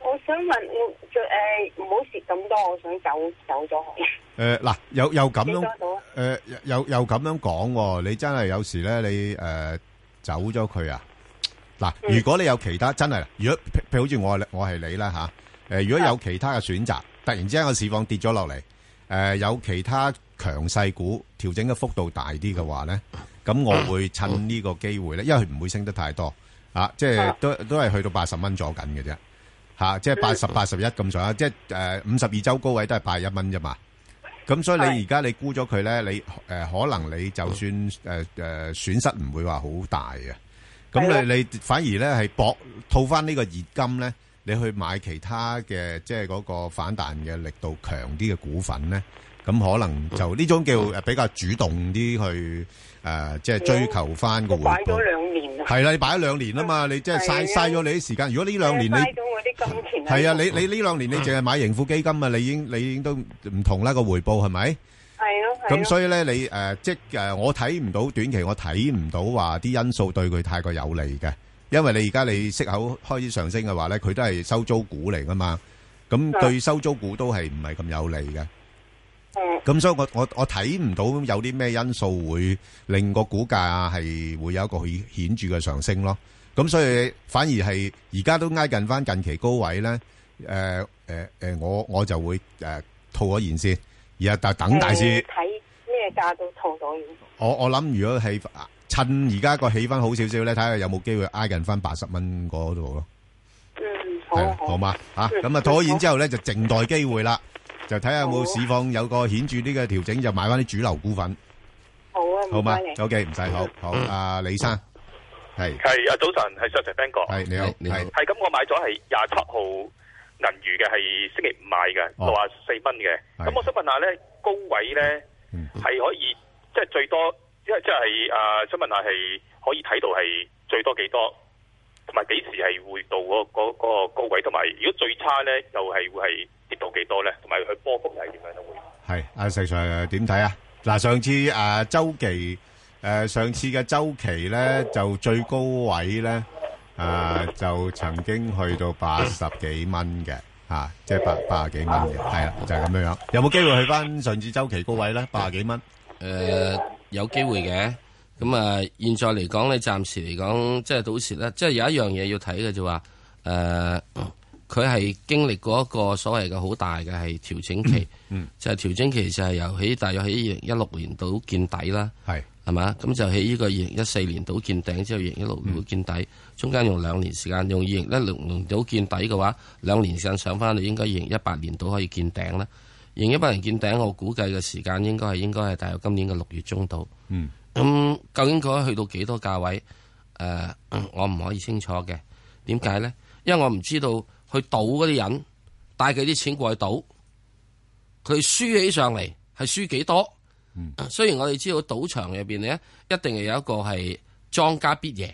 [SPEAKER 10] 我想問，我最誒唔好蝕咁多，我想走走咗佢。
[SPEAKER 2] 诶，呃嗱、又又咁
[SPEAKER 10] 幾多
[SPEAKER 2] 樣呃
[SPEAKER 10] 到啊？
[SPEAKER 2] 诶、又又咁樣講喎，你真係有時咧，你诶、誒走咗佢啊！嗱，如果你有其他真係，如果譬譬如好似我係我係你啦吓，诶、如果有其他嘅選擇，突然之間個市況跌咗落嚟，诶、有其他強勢股調整嘅幅度大啲嘅話咧，咁我會趁呢個機會咧，因為佢唔會升得太多啊，即係都都係去到八十蚊左緊嘅啫。吓、即係八十八十一咁上下，即係诶五十二周高位都係八一蚊啫嘛。咁所以你而家你估咗佢咧，你诶、呃可能你就算诶诶损失唔會話好大嘅。咁你你反而咧係搏套翻呢個熱金咧，你去買其他嘅即係嗰個反彈嘅力度強啲嘅股份咧，咁可能就呢種叫呃比較主動啲去誒、呃即係追求翻個回
[SPEAKER 10] 擺咗
[SPEAKER 2] 報。
[SPEAKER 10] 兩年啊，
[SPEAKER 2] 係啦，你擺咗兩年啊嘛，你即係嘥
[SPEAKER 10] 係啊
[SPEAKER 2] 嘥咗你啲時間。如果呢兩年你
[SPEAKER 10] 嘥咗我啲金錢
[SPEAKER 2] 係啊，你你呢兩年你淨係買盈富基金啊，你已經你已經都唔同啦個回報係咪？
[SPEAKER 10] 係咯係咯
[SPEAKER 2] 咁所以咧，你誒、呃即係誒、呃我睇唔到短期，我睇唔到話啲因素對佢太過有利嘅，因為你而家你息口開始上升嘅話咧，佢都係收租股嚟噶嘛，咁
[SPEAKER 10] 啊
[SPEAKER 2] 對收租股都係唔係咁有利嘅。
[SPEAKER 5] 嗯
[SPEAKER 2] 咁所以我我我睇唔到有啲咩因素會令個股價係會有一個顯顯著嘅上升咯。咁所以反而係而家都挨近翻近期高位咧，誒誒誒，我我就會誒、呃套咗現先，而係但等大市。
[SPEAKER 10] 誒睇咩價都套到現。
[SPEAKER 2] 我我谂如果係趁而家個氣氛好少少咧，睇下有冇機會挨近翻八十蚊嗰度咯，
[SPEAKER 10] 嗯，好
[SPEAKER 2] 係
[SPEAKER 10] 啊
[SPEAKER 2] 啦，好嘛吓，
[SPEAKER 10] 嗯
[SPEAKER 2] 咁啊妥然之後咧就靜待機會啦，就睇下有冇市況有個顯著啲嘅調整，就買翻啲主流股份，
[SPEAKER 10] 好啊，
[SPEAKER 2] 好
[SPEAKER 10] 唔
[SPEAKER 2] 嘛
[SPEAKER 10] 該你。
[SPEAKER 2] ？OK，唔使
[SPEAKER 3] 嗯
[SPEAKER 2] 好，好阿李生係
[SPEAKER 9] 係啊，早晨，係 Sir Ben 哥。
[SPEAKER 2] 係你好，
[SPEAKER 3] 你好
[SPEAKER 2] 係
[SPEAKER 9] 係咁，我買咗係廿七號銀魚嘅，係星期五買嘅，
[SPEAKER 2] 哦
[SPEAKER 9] 六啊四蚊嘅。
[SPEAKER 2] 係嗯
[SPEAKER 9] 咁我想問下咧，高位咧係可以即係最多，即係即係啊，想問下係可以睇到係最多幾多，同埋幾時係會到嗰嗰嗰個高位，同埋如果最差咧又係會係跌到幾多咧，同埋佢波幅係點樣咧會？
[SPEAKER 2] 係阿石 Sir 點睇啊？嗱，上次誒周期誒上次嘅周期咧就最高位咧誒就曾經去到八十幾蚊嘅嚇，即係八八十幾蚊嘅，係啦，就係咁樣樣。有冇機會去翻上次周期高位咧？八十幾蚊
[SPEAKER 3] 誒呃有機會嘅。咁啊，現在嚟講咧，暫時嚟講，即係到時咧，即係有一樣嘢要睇嘅就話，誒，佢係經歷過一個所謂嘅好大嘅係調整期，
[SPEAKER 2] 嗯
[SPEAKER 3] 就係調整期就係由喺大約喺二零一六年度見底啦，
[SPEAKER 2] 係
[SPEAKER 3] 係嘛？咁就喺呢個二零一四年度見頂之後，二零一六年度見底，中間用兩年時間，用二零一六年度見底嘅話，兩年時間上翻嚟，應該二零一八年度可以見頂啦。二零一八年見頂，我估計嘅時間應該係應該係大約今年嘅六月中度。
[SPEAKER 2] 嗯，
[SPEAKER 3] 咁、究竟佢去到幾多價位？誒、呃嗯我唔可以清楚嘅。點解咧？因為我唔知道去賭嗰啲人帶佢啲錢過去賭，佢輸起上嚟係輸幾多？啊
[SPEAKER 2] 嗯
[SPEAKER 3] 雖然我哋知道賭場入邊咧，一定係有一個係莊家必贏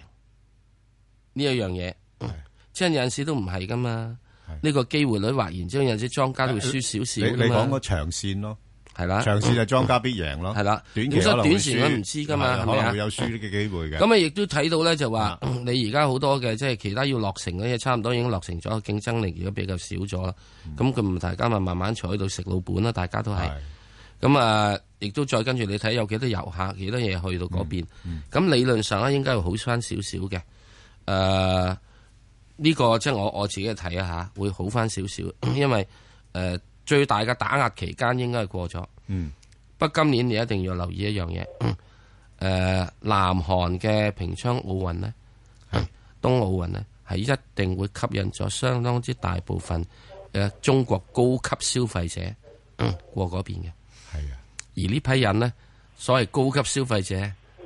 [SPEAKER 3] 呢一樣嘢，嗯即係有陣時都唔係噶嘛。呢個機會率或然之後，有陣時莊家都會輸少
[SPEAKER 2] 你
[SPEAKER 3] 少
[SPEAKER 2] 你
[SPEAKER 3] 㗎
[SPEAKER 2] 講
[SPEAKER 3] 嘛
[SPEAKER 2] 個，長線咯，
[SPEAKER 3] 係啦。
[SPEAKER 2] 長線就莊家必贏咯，
[SPEAKER 3] 嗯係啦
[SPEAKER 2] 短期
[SPEAKER 3] 咁所以
[SPEAKER 2] 可能會
[SPEAKER 3] 短時
[SPEAKER 2] 輸
[SPEAKER 3] 我唔知㗎嘛
[SPEAKER 2] 係
[SPEAKER 3] 係
[SPEAKER 2] 可
[SPEAKER 3] 咪啊
[SPEAKER 2] 能會有輸呢嘅機會嘅。
[SPEAKER 3] 咁啊，亦都睇到咧，就話
[SPEAKER 2] 啊
[SPEAKER 3] (clears throat) 你而家好多嘅即係其他要落成嘅嘢，差唔多已經落成咗，競爭力而家比較少咗啦。咁佢唔大家咪慢慢坐喺度食老本啦，大家都係。
[SPEAKER 2] 係
[SPEAKER 3] 咁啊，亦都再跟住你睇有幾多遊客，幾多嘢去到嗰邊。咁、理論上咧，應該會好翻少少嘅。誒、呃呢、個即係我我自己睇一下，會好翻少少， (clears throat) 因為誒、呃最大嘅打壓期間應該係過咗。
[SPEAKER 2] 嗯
[SPEAKER 3] 不過今年你一定要留意一樣嘢，誒、 (clears throat) 誒南韓嘅平昌奧運呢，東奧運呢，係一定會吸引咗相當之大部分誒中國高級消費者嗯過嗰邊嘅。係啊，而呢批人呢，所謂高級消費者，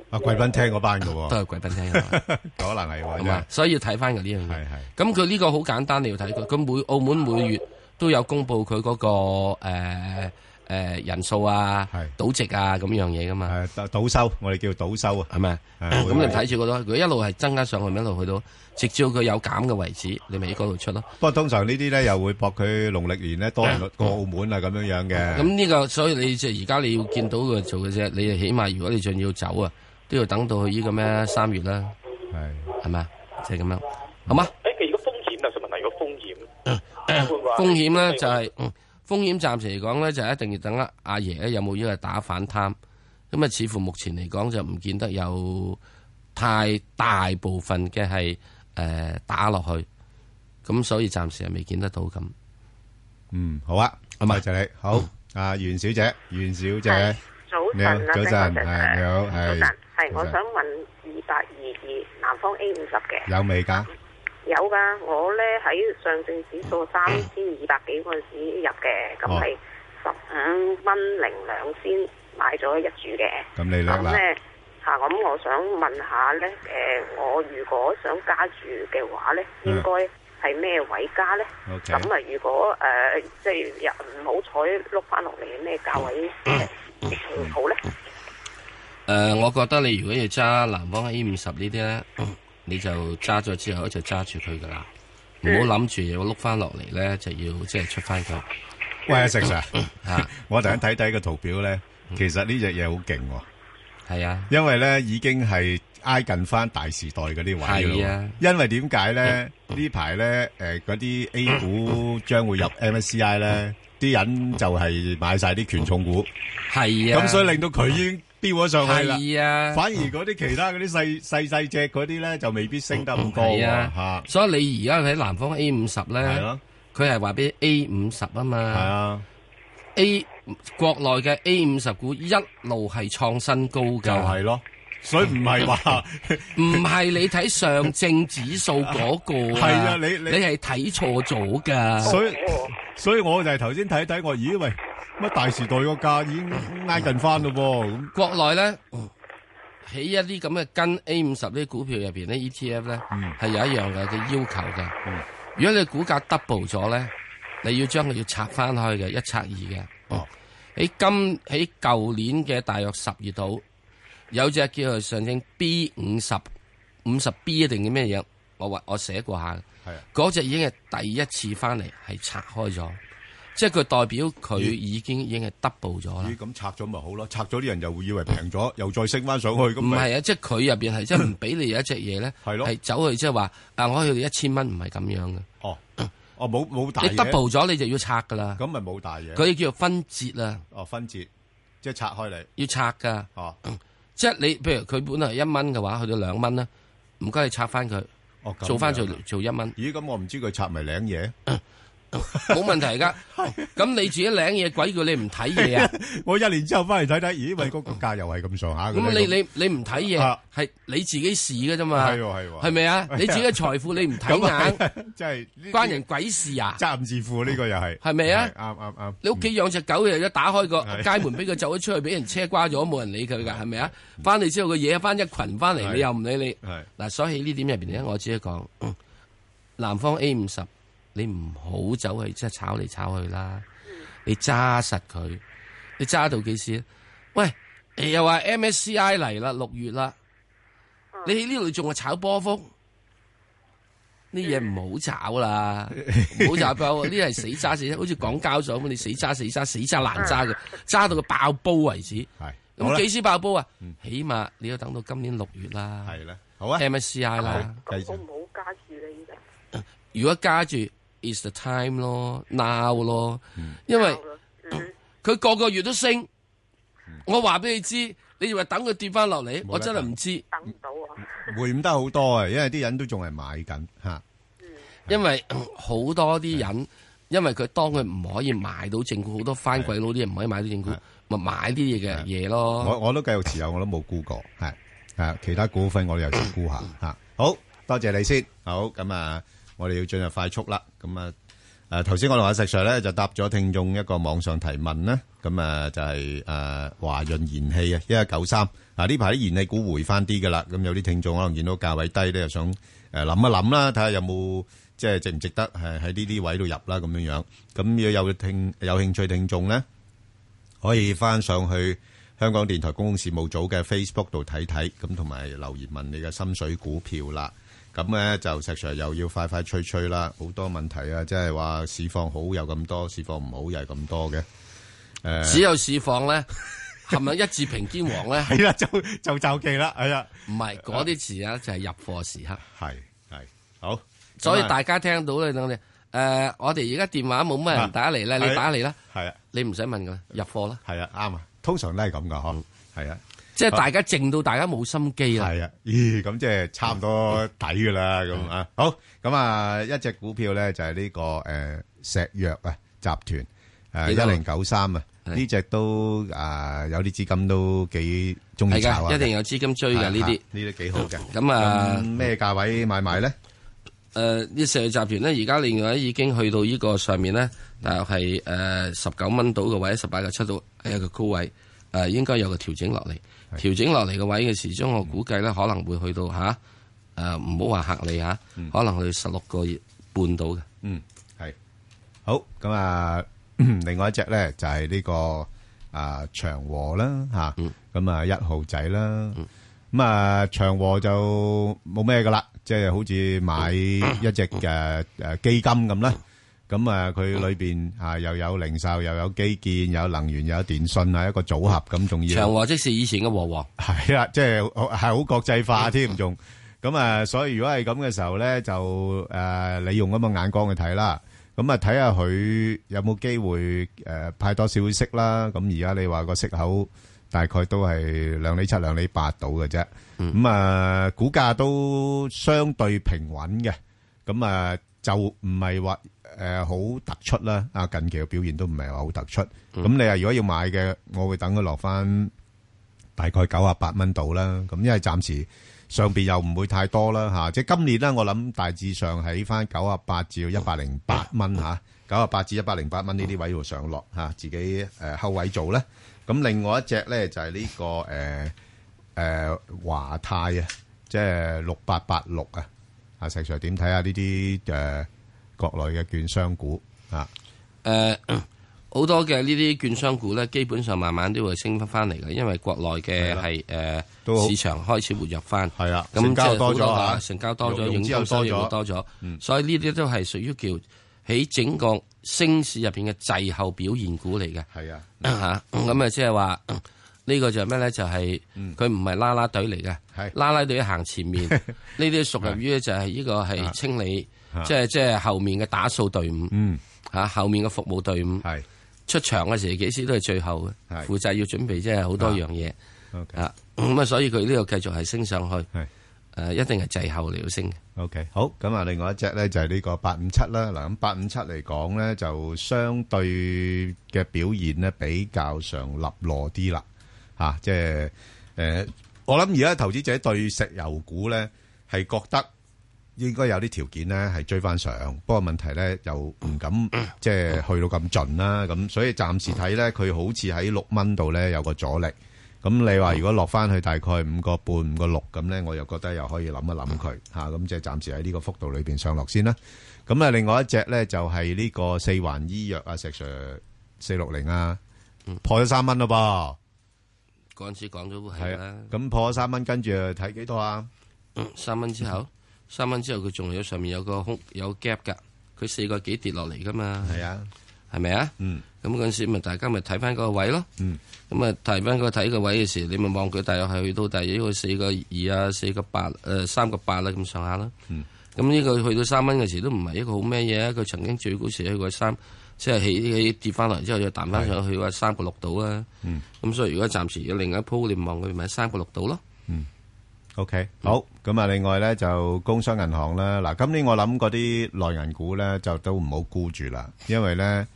[SPEAKER 2] 啊貴賓廳嗰班嘅喎 (laughs)
[SPEAKER 3] 都係貴賓廳 (laughs) 嗰班
[SPEAKER 2] 可能係喎
[SPEAKER 3] 好嘛
[SPEAKER 2] 真係
[SPEAKER 3] 所以要睇翻佢呢樣嘢。咁佢呢個好簡單，你要睇佢。佢每澳門每月都有公布佢嗰個誒誒人數啊、賭值啊咁樣嘢噶嘛。
[SPEAKER 2] 誒賭收，我哋叫賭收啊，
[SPEAKER 3] 係咪？咁你睇住佢咯。如果一路係增加上去，咪一路去到直至到佢有減嘅為止，你咪喺嗰度出咯。
[SPEAKER 2] 不過通常呢啲咧又會博佢農曆年咧多人過澳門啊咁樣樣嘅。
[SPEAKER 3] 咁呢個所以你即係而家你要見到佢做嘅啫。你起碼如果你仲要走啊，都要等到去呢個咩三月啦。係係咪啊？就係咁樣，好嘛？
[SPEAKER 9] 誒，佢如果風險啊，想問下如果風險，會唔會話
[SPEAKER 3] 風險咧就係、嗯風險，暫時嚟講咧就一定要等阿阿爺咧有冇呢個打反貪。咁啊，似乎目前嚟講就唔見得有太大部分嘅係誒打落去，咁所以暫時係未見得到咁。
[SPEAKER 2] 嗯，好啊，咁啊就你好，啊袁小姐，袁小
[SPEAKER 10] 係
[SPEAKER 2] 姐，
[SPEAKER 10] 早
[SPEAKER 2] 你好
[SPEAKER 10] 晨啊，
[SPEAKER 2] 早晨，
[SPEAKER 10] Ben
[SPEAKER 2] 係你好，係
[SPEAKER 10] 早晨，係我
[SPEAKER 2] 早晨
[SPEAKER 10] 想問二八二二南方 A 五十嘅
[SPEAKER 2] 有未㗎？
[SPEAKER 10] 有噶，我咧喺上證指數三千二百幾嗰陣時入嘅，咁
[SPEAKER 2] 哦
[SPEAKER 10] 係十五蚊零兩先買咗一注嘅。
[SPEAKER 2] 咁你叻啦
[SPEAKER 10] 咁咧嚇，咁我想問下咧，誒、我如果想加注嘅話咧，
[SPEAKER 2] 嗯
[SPEAKER 10] 應該係咩位加咧？
[SPEAKER 2] OK
[SPEAKER 10] 咁啊如果誒、即係又唔好彩碌翻落嚟，咩價位誒好咧？
[SPEAKER 3] 誒、呃我覺得你如果要揸南方 A 五十呢啲 (clears throat) 咧，你就揸咗之後就揸住佢噶啦，唔
[SPEAKER 2] 嗯
[SPEAKER 3] 好諗住要碌翻落嚟咧就要即係出翻佢。
[SPEAKER 2] 喂，阿石 Sir，
[SPEAKER 3] 啊
[SPEAKER 2] 我突然睇睇個圖表咧，其實呢只嘢好勁喎。
[SPEAKER 3] 係啊，
[SPEAKER 2] (laughs) 因為咧已經係挨近翻大時代嗰啲位咯。
[SPEAKER 3] 係啊
[SPEAKER 2] 因為點解咧？呢排咧，誒
[SPEAKER 3] (coughs)
[SPEAKER 2] 嗰啲 A 股將會入 MSCI 咧，啲人就係買晒啲權重股。
[SPEAKER 3] 係啊
[SPEAKER 2] 咁所以令到佢已經飆咗上去啦。
[SPEAKER 3] 係啊
[SPEAKER 2] 反而嗰啲其他嗰啲細細細只嗰啲咧，就未必升得咁高
[SPEAKER 3] 係
[SPEAKER 2] 喎
[SPEAKER 3] 啊，所以你而家喺南方 A 五十咧
[SPEAKER 2] 係咯，
[SPEAKER 3] 佢係話俾 A 五十啊嘛。係
[SPEAKER 2] 啊
[SPEAKER 3] ，A 國內嘅 A 五十股一路係創新高㗎。就係
[SPEAKER 2] 咯，所以唔係話
[SPEAKER 3] 唔係你睇上證指數嗰
[SPEAKER 2] (laughs)
[SPEAKER 3] 個
[SPEAKER 2] 係啊你你
[SPEAKER 3] 你係睇錯咗㗎。
[SPEAKER 2] (laughs) 所以所以我就係頭先睇睇我，咦喂，乜大時代個價已經挨近翻咯喎，咁
[SPEAKER 3] 國內咧喺一啲咁嘅跟 A 五十呢啲，E 股票入邊咧 ETF 咧
[SPEAKER 2] 嗯
[SPEAKER 3] 係有一樣嘅嘅要求嘅。如果你股價 double 咗咧，你要將佢要拆翻開嘅一拆二嘅。喺今喺舊年嘅大約十月度，有隻叫做上證 B 五十五十 B 定嘅咩嘢？我話我寫過下嘅，嗰隻已經係第一次翻嚟係拆開咗，即係佢代表佢已經已經係 double 咗啦
[SPEAKER 2] 咦。咁拆咗咪好咯？拆咗啲人就會以為平咗，又再升翻上去咁
[SPEAKER 3] 唔
[SPEAKER 2] 咪。
[SPEAKER 3] 係啊，即係佢入邊係
[SPEAKER 2] (laughs)
[SPEAKER 3] 即係唔俾你有一隻嘢咧，係走去即係話啊，我去到一千蚊唔係咁樣嘅。
[SPEAKER 2] 哦，哦冇冇大嘢
[SPEAKER 3] 你 double 咗你就要拆噶啦。
[SPEAKER 2] 咁咪冇大嘢。
[SPEAKER 3] 佢叫做分節啊，
[SPEAKER 2] 哦分節，即係拆開嚟。
[SPEAKER 3] 要拆噶。
[SPEAKER 2] 哦，
[SPEAKER 3] 即係你譬如佢本來一蚊嘅話，去到兩蚊啦，唔該你拆翻佢，
[SPEAKER 2] 哦咁
[SPEAKER 3] 做翻
[SPEAKER 2] 樣
[SPEAKER 3] 做
[SPEAKER 2] 啊
[SPEAKER 3] 做一蚊。
[SPEAKER 2] 咦，咁我唔知佢拆咪領嘢？ (laughs)
[SPEAKER 3] 冇問題噶。咁你自己領嘢，鬼叫你唔睇嘢啊！
[SPEAKER 2] 我一年之後翻嚟睇睇，咦，喂，個價又係咁上下嘅咧。
[SPEAKER 3] 咁你你你唔睇嘢
[SPEAKER 2] 啊，
[SPEAKER 3] 係你自己事嘅啫嘛。
[SPEAKER 2] 係喎係喎
[SPEAKER 3] 係咪啊
[SPEAKER 2] (laughs) 係啊？
[SPEAKER 3] 你自己嘅財富你唔
[SPEAKER 2] (laughs)
[SPEAKER 3] 睇
[SPEAKER 2] 咁啊係啊
[SPEAKER 3] 眼，
[SPEAKER 2] 真係
[SPEAKER 3] 關人鬼事
[SPEAKER 2] (laughs)
[SPEAKER 3] 啊！
[SPEAKER 2] 責任自負呢個又係。
[SPEAKER 3] 係咪啊
[SPEAKER 2] 係啱啱啱。
[SPEAKER 3] 你屋企養只狗，又一打開個街門俾佢走咗出去，俾人車瓜咗，冇人理佢噶，係咪啊？翻嚟之後佢惹翻一群翻嚟，
[SPEAKER 11] 係
[SPEAKER 3] 你又唔理你
[SPEAKER 2] 係。
[SPEAKER 3] 嗱，所以呢點入邊咧，我只係講嗯南方 A 五十，你唔好走去即係炒嚟炒去啦，你揸實佢，你揸到幾時？喂，又話 MSCI 嚟啦，六月啦，你喺呢度仲係炒波幅？呢嘢唔好炒啦，唔好
[SPEAKER 2] (laughs)
[SPEAKER 3] 炒包，呢係死揸死揸，好似港交所咁，你死揸死揸死揸難揸嘅，揸到佢爆煲為止。
[SPEAKER 2] 係啊好
[SPEAKER 3] 咁
[SPEAKER 2] 啦嗯
[SPEAKER 3] 幾時爆煲啊？起碼你要等到今年六月啦。係
[SPEAKER 2] 啦，好啊
[SPEAKER 3] ，MSCI 啦。
[SPEAKER 10] 好唔好加注咧？依家
[SPEAKER 3] 如果加住 is the time 咯，now 咯，因為佢個個月都升，我話俾你知，你以為等佢跌翻落嚟，我真係唔知。
[SPEAKER 10] 等唔到啊！
[SPEAKER 2] 回唔得好多啊，因為啲人都仲係買緊嚇。
[SPEAKER 3] 因為嗯好多啲人因為佢當佢唔可以買到正股，好多翻鬼佬啲嘢唔可以買到正股，咪買啲嘢嘅嘢咯。
[SPEAKER 2] 我我都繼續持有，我都冇沽過，係啊，其他股份我哋有時沽下嚇。好多謝你先，好咁啊，我哋要進入快速啦。咁啊，誒頭先我同阿石 Sir 咧就答咗聽眾一個網上提問啦。咁啊就係誒華潤燃氣啊，一一九三啊呢排啲燃氣股回翻啲噶啦。咁有啲聽眾可能見到價位低咧，又想誒諗一諗啦，睇下有冇。即係值唔值得係喺呢啲位度入啦咁樣樣，咁如果有聽有興趣聽眾咧，可以翻上去香港電台公共事務組嘅 Facebook 度睇睇，咁同埋留言問你嘅心水股票啦。咁咧就石 Sir 又要快快脆脆啦，好多問題啊！即係話市況好又咁多，市況唔好又係咁多嘅。誒、
[SPEAKER 3] 只有市況咧，係咪一字平肩王咧？
[SPEAKER 2] 係啦，就就就記啦，係啊。
[SPEAKER 3] 唔係嗰啲字啊，就係入貨時刻。
[SPEAKER 2] 係係好，
[SPEAKER 3] 所以大家聽到咧，等你誒，我哋而家電話冇乜人打嚟咧，
[SPEAKER 2] 啊
[SPEAKER 3] 你打嚟啦，
[SPEAKER 2] 係啊，
[SPEAKER 3] 你唔使問噶，入貨啦。
[SPEAKER 2] 係啊，啱啊，通常都係咁噶嗬，係啊。
[SPEAKER 3] 即係大家靜到大家冇心機啦。
[SPEAKER 2] 係啊，咦，咁即係差唔多抵噶啦，咁啊，好，咁啊，一隻股票咧就係呢個誒石藥啊集團誒
[SPEAKER 3] 幾
[SPEAKER 2] 一
[SPEAKER 3] 多
[SPEAKER 2] 零九三啊，呢只都啊有啲資金都幾中意
[SPEAKER 3] 係
[SPEAKER 2] 炒
[SPEAKER 3] 噶，
[SPEAKER 2] 啊，
[SPEAKER 3] 一定有資金追
[SPEAKER 2] 係啊
[SPEAKER 3] 噶呢啲。
[SPEAKER 2] 呢啲幾好嘅。
[SPEAKER 3] 咁啊，
[SPEAKER 2] 咩價位買賣咧？
[SPEAKER 3] 誒，呢四個集團咧，而家另外已經去到呢個上面咧，大約係誒十九蚊到嘅位，十八個七度係一個高位，誒應該有個調整落嚟。調整落嚟嘅位嘅時鐘，我估計咧可能會去到嚇
[SPEAKER 2] 嗯
[SPEAKER 3] 誒，唔好話嚇你嚇，可能去十六個半到嘅。
[SPEAKER 2] 嗯，係好咁啊。 (clears throat) 另外一隻咧就係呢個啊長和啦吓，咁啊一號仔啦，咁啊長和就冇咩噶啦，即係好似
[SPEAKER 3] (coughs)
[SPEAKER 2] 買一隻嘅誒基金咁啦。咁啊，佢裏邊啊又有零售，又有基建，有能源，有電信啊，一個組合咁，仲要
[SPEAKER 3] 長和即是以前嘅和黃，
[SPEAKER 2] 系啦，即係好係好國際化添，仲咁啊，所以如果係咁嘅時候咧，就诶、呃你用咁嘅眼光去睇啦，咁啊睇下佢有冇機會诶、呃派多少息啦。咁而家你話個息口大概都係兩厘七、兩厘八到嘅啫，咁啊、股價都相對平穩嘅，咁啊就唔係話诶好突出啦，啊近期嘅表現都唔係話好突出，咁、你啊如果要買嘅，我會等佢落翻。大概九啊八蚊度啦。咁因為暫時上邊又唔會太多啦嚇、即係今年咧，我諗大致上喺翻九啊八至到一百零八蚊嚇，九啊八至一百零八蚊呢啲位度上落嚇、自己誒、呃、後位做咧。咁另外一隻咧就係、呢、個誒誒、呃華泰啊，即係六八八六啊。阿石 Sir 點睇下呢啲誒國內嘅券商股啊？
[SPEAKER 3] 誒呃好多嘅呢啲券商股咧，基本上慢慢都會升翻翻嚟嘅，因為國內嘅係
[SPEAKER 2] 都好
[SPEAKER 3] 誒市場開始活躍翻，
[SPEAKER 2] 係啦，
[SPEAKER 3] 咁
[SPEAKER 2] 成交
[SPEAKER 3] 即係好
[SPEAKER 2] 多咗
[SPEAKER 3] 多
[SPEAKER 2] 啊
[SPEAKER 3] 個成交多咗，
[SPEAKER 2] 融
[SPEAKER 3] 融
[SPEAKER 2] 融資
[SPEAKER 3] 資
[SPEAKER 2] 又
[SPEAKER 3] 收益會
[SPEAKER 2] 多
[SPEAKER 3] 多
[SPEAKER 2] 咗嗯
[SPEAKER 3] 咗，所以呢啲都係屬於叫喺整個升市入邊嘅滯後表現股嚟嘅。
[SPEAKER 2] 係啊，
[SPEAKER 3] 嚇咁啊，即係話呢個就係咩咧？就係
[SPEAKER 2] 嗯
[SPEAKER 3] 佢唔係啦啦隊嚟嘅，啦啦隊行前
[SPEAKER 2] (laughs)
[SPEAKER 3] 面，呢啲屬於咧就係呢個係清理
[SPEAKER 2] 啊，
[SPEAKER 3] 即係即係後面嘅打掃隊伍。
[SPEAKER 2] 嗯。
[SPEAKER 3] 嚇、後面嘅服務隊伍
[SPEAKER 2] 係
[SPEAKER 3] 出場嘅時候幾時都係最後
[SPEAKER 2] 係
[SPEAKER 3] 嘅，負責要準備即係好多樣嘢
[SPEAKER 2] OK
[SPEAKER 3] 啊，咁啊，所以佢呢度繼續係升上去，
[SPEAKER 2] 係
[SPEAKER 3] 誒、一定係滯後嚟到升嘅。
[SPEAKER 2] OK，好，咁啊，另外一隻咧就係呢個八五七啦。嗱，咁八五七嚟講咧，就相對嘅表現咧比較上立落啲啦，嚇、即係誒、呃我諗而家投資者對石油股咧係覺得應該有啲條件咧係追翻上，不過問題咧又唔敢即係去到咁盡啦，咁所以暫時睇咧佢好似喺六蚊度咧有個阻力。咁你話如果落翻去大概五個半、五個六咁咧，我又覺得又可以諗一諗佢嚇，咁即係暫時喺呢個幅度裏邊上落先啦。咁啊，另外一隻咧就係呢個四環醫藥啊，石 Sir 四六零啊，破咗三蚊咯噃，
[SPEAKER 3] 嗰陣時講咗係
[SPEAKER 2] 係啊
[SPEAKER 3] 啦，，嗯
[SPEAKER 2] 咁破咗三蚊，跟住睇幾多啊？
[SPEAKER 3] 三蚊之後，
[SPEAKER 2] 嗯
[SPEAKER 3] 三蚊之後佢仲有上面有個空有 gap 㗎，佢四個幾跌落嚟㗎嘛，
[SPEAKER 2] 係啊，
[SPEAKER 3] 係咪啊？
[SPEAKER 2] 嗯，
[SPEAKER 3] 咁嗰陣時咪大家咪睇翻嗰個位咯，
[SPEAKER 2] 嗯，
[SPEAKER 3] 咁啊睇翻個睇個位嘅時候，你咪望佢大約係去到大約呢個四個二啊，四個八誒三個八啦咁上下啦，
[SPEAKER 2] 嗯，
[SPEAKER 3] 咁呢個去到三蚊嘅時都唔係一個好咩嘢啊，佢曾經最高時去過三，即係起起跌翻嚟之後又彈翻上去話三個六度啊，
[SPEAKER 2] 嗯，
[SPEAKER 3] 咁所以如果暫時有另一鋪你望佢咪三個六度咯，
[SPEAKER 2] OK，好，咁啊，另外呢，就工商銀行啦。嗱，咁呢，我諗嗰啲內銀股呢，就都唔好沽住啦，因為呢，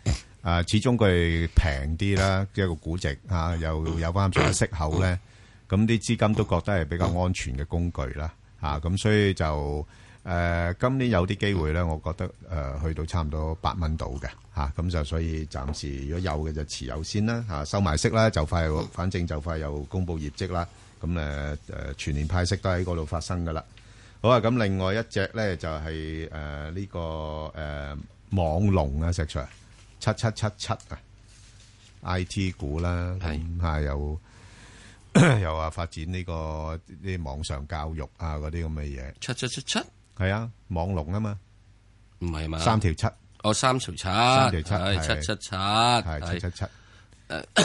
[SPEAKER 2] 啊，始終佢平啲啦，一個估值，啊，又-呃有返咁上下息口呢，咁啲資金都覺得係比較安全嘅工具啦，啊，咁所以就，誒，今年有啲機會呢，我覺得，誒，去到差唔多8蚊度嘅，啊，咁就所以暫時如果有嘅就持有先啦，啊，收埋息啦，就快-反正就快又公布業績啦。咁誒誒全年派息都喺嗰度發生噶啦。好啊，咁另外一隻咧就係誒呢個誒、呃、網龍啊，石 Sir 七七七七啊，IT 股啦，咁啊又 (coughs) 又話發展呢、個啲網上教育啊嗰啲咁嘅嘢。
[SPEAKER 3] 七七七七
[SPEAKER 2] 係啊，網龍啊嘛，
[SPEAKER 3] 唔係嘛？
[SPEAKER 2] 三條七，
[SPEAKER 3] 哦，三條七，
[SPEAKER 2] 三條七
[SPEAKER 3] 係
[SPEAKER 2] 係
[SPEAKER 3] 七七七，
[SPEAKER 2] 係
[SPEAKER 3] 係啊
[SPEAKER 2] 七七七。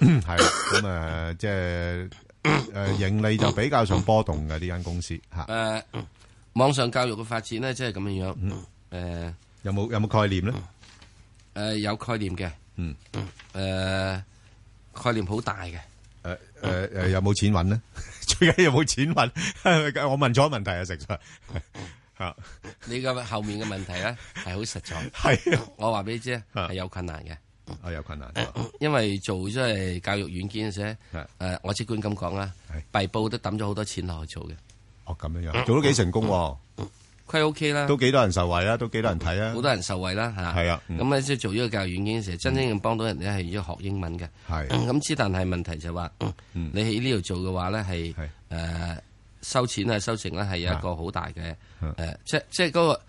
[SPEAKER 2] 係咁
[SPEAKER 3] (coughs)
[SPEAKER 2] 啊，即係誒盈利就比較上波動嘅呢間公司嚇。
[SPEAKER 3] 誒嗯網上教育嘅發展咧，即係咁樣樣。
[SPEAKER 2] 嗯
[SPEAKER 3] 誒
[SPEAKER 2] 有冇有冇概念咧？
[SPEAKER 3] 嗯誒呃有概念嘅。
[SPEAKER 2] 嗯。
[SPEAKER 3] 誒概念好大嘅。
[SPEAKER 2] 誒誒誒，呃有冇錢揾咧？ (laughs) 最緊要有冇錢揾。 (laughs) 我問咗問題啊，食 (laughs) 咗吓
[SPEAKER 3] 你嘅後面嘅問題
[SPEAKER 2] (laughs)
[SPEAKER 3] 咧係好實在。
[SPEAKER 2] 係
[SPEAKER 3] 我話俾你知，係有困難嘅。
[SPEAKER 2] 啊，有
[SPEAKER 3] (coughs)
[SPEAKER 2] 困難。
[SPEAKER 3] 因為做即係教育軟件嘅時
[SPEAKER 2] 咧，
[SPEAKER 3] 誒我只管咁講啦，幣報都抌咗好多錢落去做嘅。
[SPEAKER 2] 哦，咁樣樣做得幾成功
[SPEAKER 3] 嗯
[SPEAKER 2] 喎，
[SPEAKER 3] 虧 OK 啦，
[SPEAKER 2] 都幾多人受惠啦，都幾多人睇啊
[SPEAKER 3] 好。多人受惠啦嚇。
[SPEAKER 2] 係啊嗯
[SPEAKER 3] 咁咧即係做呢個教育軟件嘅時候，真正正幫到人咧係要學英文嘅。
[SPEAKER 2] 係
[SPEAKER 3] 嗯咁之，但係問題就係話，嗯
[SPEAKER 2] 嗯
[SPEAKER 3] 你喺呢度做嘅話咧係誒收錢啊、收成咧係有一個好大嘅
[SPEAKER 2] 啊
[SPEAKER 3] 誒，即即係嗰個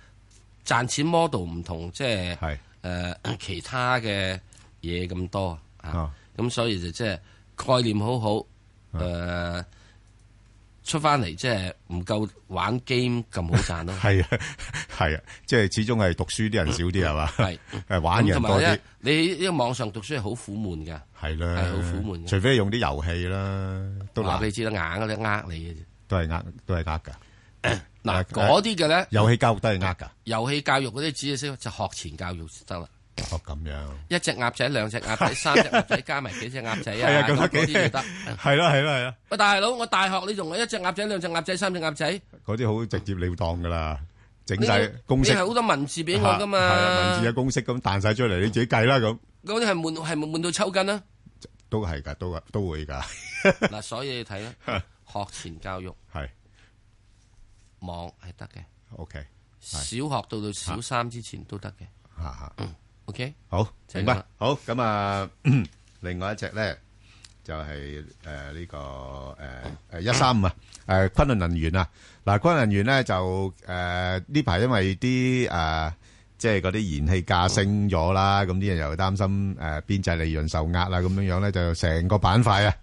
[SPEAKER 3] 賺錢 model 唔同，即係誒 (coughs) 其他嘅嘢咁多
[SPEAKER 2] 哦
[SPEAKER 3] 啊。咁所以就即係概念好好
[SPEAKER 2] 啊
[SPEAKER 3] 誒。出翻嚟即係唔夠玩 game 咁好賺咯，
[SPEAKER 2] 係啊係啊，即係始終係讀書啲人少啲係嘛，
[SPEAKER 3] 係
[SPEAKER 2] 誒 (laughs) (laughs) 玩嘅
[SPEAKER 3] 咁
[SPEAKER 2] 人
[SPEAKER 3] 同
[SPEAKER 2] 多啲
[SPEAKER 3] 埋咧，，你喺呢個網上讀書係好苦悶嘅，
[SPEAKER 2] 係啦，
[SPEAKER 3] 係好苦悶嘅。
[SPEAKER 2] 除非用啲遊戲啦，都
[SPEAKER 3] 話
[SPEAKER 2] 難
[SPEAKER 3] 俾你知啦，硬嘅咧呃你嘅啫。
[SPEAKER 2] 都係呃都係呃㗎。
[SPEAKER 3] 嗱嗰啲嘅咧，
[SPEAKER 2] 遊戲教育都係呃㗎。
[SPEAKER 3] 遊戲教育嗰啲只係識就學前教育就得啦。
[SPEAKER 2] 哦，咁樣。
[SPEAKER 3] 一隻鴨仔、兩隻鴨仔、三隻鴨仔加埋幾隻鴨仔
[SPEAKER 2] 啊
[SPEAKER 3] 啊？
[SPEAKER 2] 係啊咁
[SPEAKER 3] 咁
[SPEAKER 2] 得
[SPEAKER 3] 嗰啲
[SPEAKER 2] 幾
[SPEAKER 3] 就得。
[SPEAKER 2] 係啦係啦係啦，
[SPEAKER 3] 喂，大佬，我大學你仲有一隻鴨仔、兩隻鴨仔、三隻鴨仔，
[SPEAKER 2] 嗰啲好直接了當㗎啦，整
[SPEAKER 3] 你
[SPEAKER 2] 晒公式
[SPEAKER 3] 你。係好多文字俾我噶嘛？
[SPEAKER 2] 係啊文字嘅公式咁彈晒出嚟，你自己計啦咁，
[SPEAKER 3] 嗰啲係悶，係悶到
[SPEAKER 2] (laughs)
[SPEAKER 3] 抽筋啦。啊
[SPEAKER 2] 都係㗎，都都會㗎。
[SPEAKER 3] 嗱，所以你睇啦，學前教育
[SPEAKER 2] 係
[SPEAKER 3] 網係得嘅，
[SPEAKER 2] OK，
[SPEAKER 3] 小學到到小三之前都得嘅。
[SPEAKER 2] 嚇嚇
[SPEAKER 3] ，OK，
[SPEAKER 2] 好，
[SPEAKER 3] 就
[SPEAKER 2] 明
[SPEAKER 3] 係咁
[SPEAKER 2] 白
[SPEAKER 3] 啦。
[SPEAKER 2] 好咁啊，另外一隻咧就係誒呢 (clears throat) 個誒誒一三五啊，誒昆侖能源啊。嗱，昆侖能源咧就誒呢排因為啲誒。即係嗰啲燃氣價升咗啦，咁啲人又擔心誒邊際利潤受壓啦，咁樣樣咧就成個板塊啊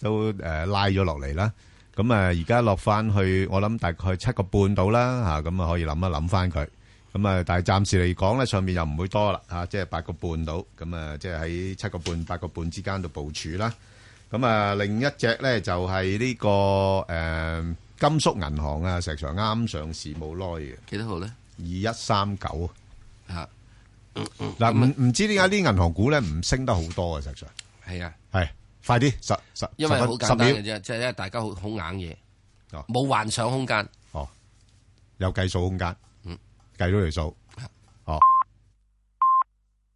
[SPEAKER 2] 都誒拉咗落嚟啦。咁啊而家落翻去，我諗大概七個半到啦嚇，咁啊可以諗一諗翻佢。咁啊，但係暫時嚟講咧，上面又唔會多啦嚇，即係八個半到。咁啊，即係喺七個半、八個半之間度部署啦。咁啊，另一隻咧就係呢個誒金粟銀行啊，石 Sir 啱上市冇耐嘅。
[SPEAKER 3] 幾多號咧？
[SPEAKER 2] 二一三九
[SPEAKER 3] 啊。
[SPEAKER 2] 嗱，唔唔知點解啲銀行股咧唔升得好多啊，石 Sir。
[SPEAKER 3] 係啊，
[SPEAKER 2] 係快啲十十，
[SPEAKER 3] 因為
[SPEAKER 2] 十
[SPEAKER 3] 好
[SPEAKER 2] 分
[SPEAKER 3] 簡單
[SPEAKER 2] 十
[SPEAKER 3] 嘅
[SPEAKER 2] 秒
[SPEAKER 3] 啫，即係因為大家好好硬嘢
[SPEAKER 2] 哦，
[SPEAKER 3] 冇幻想空間。
[SPEAKER 2] 哦，有計數空間，嗯，計到條數，哦。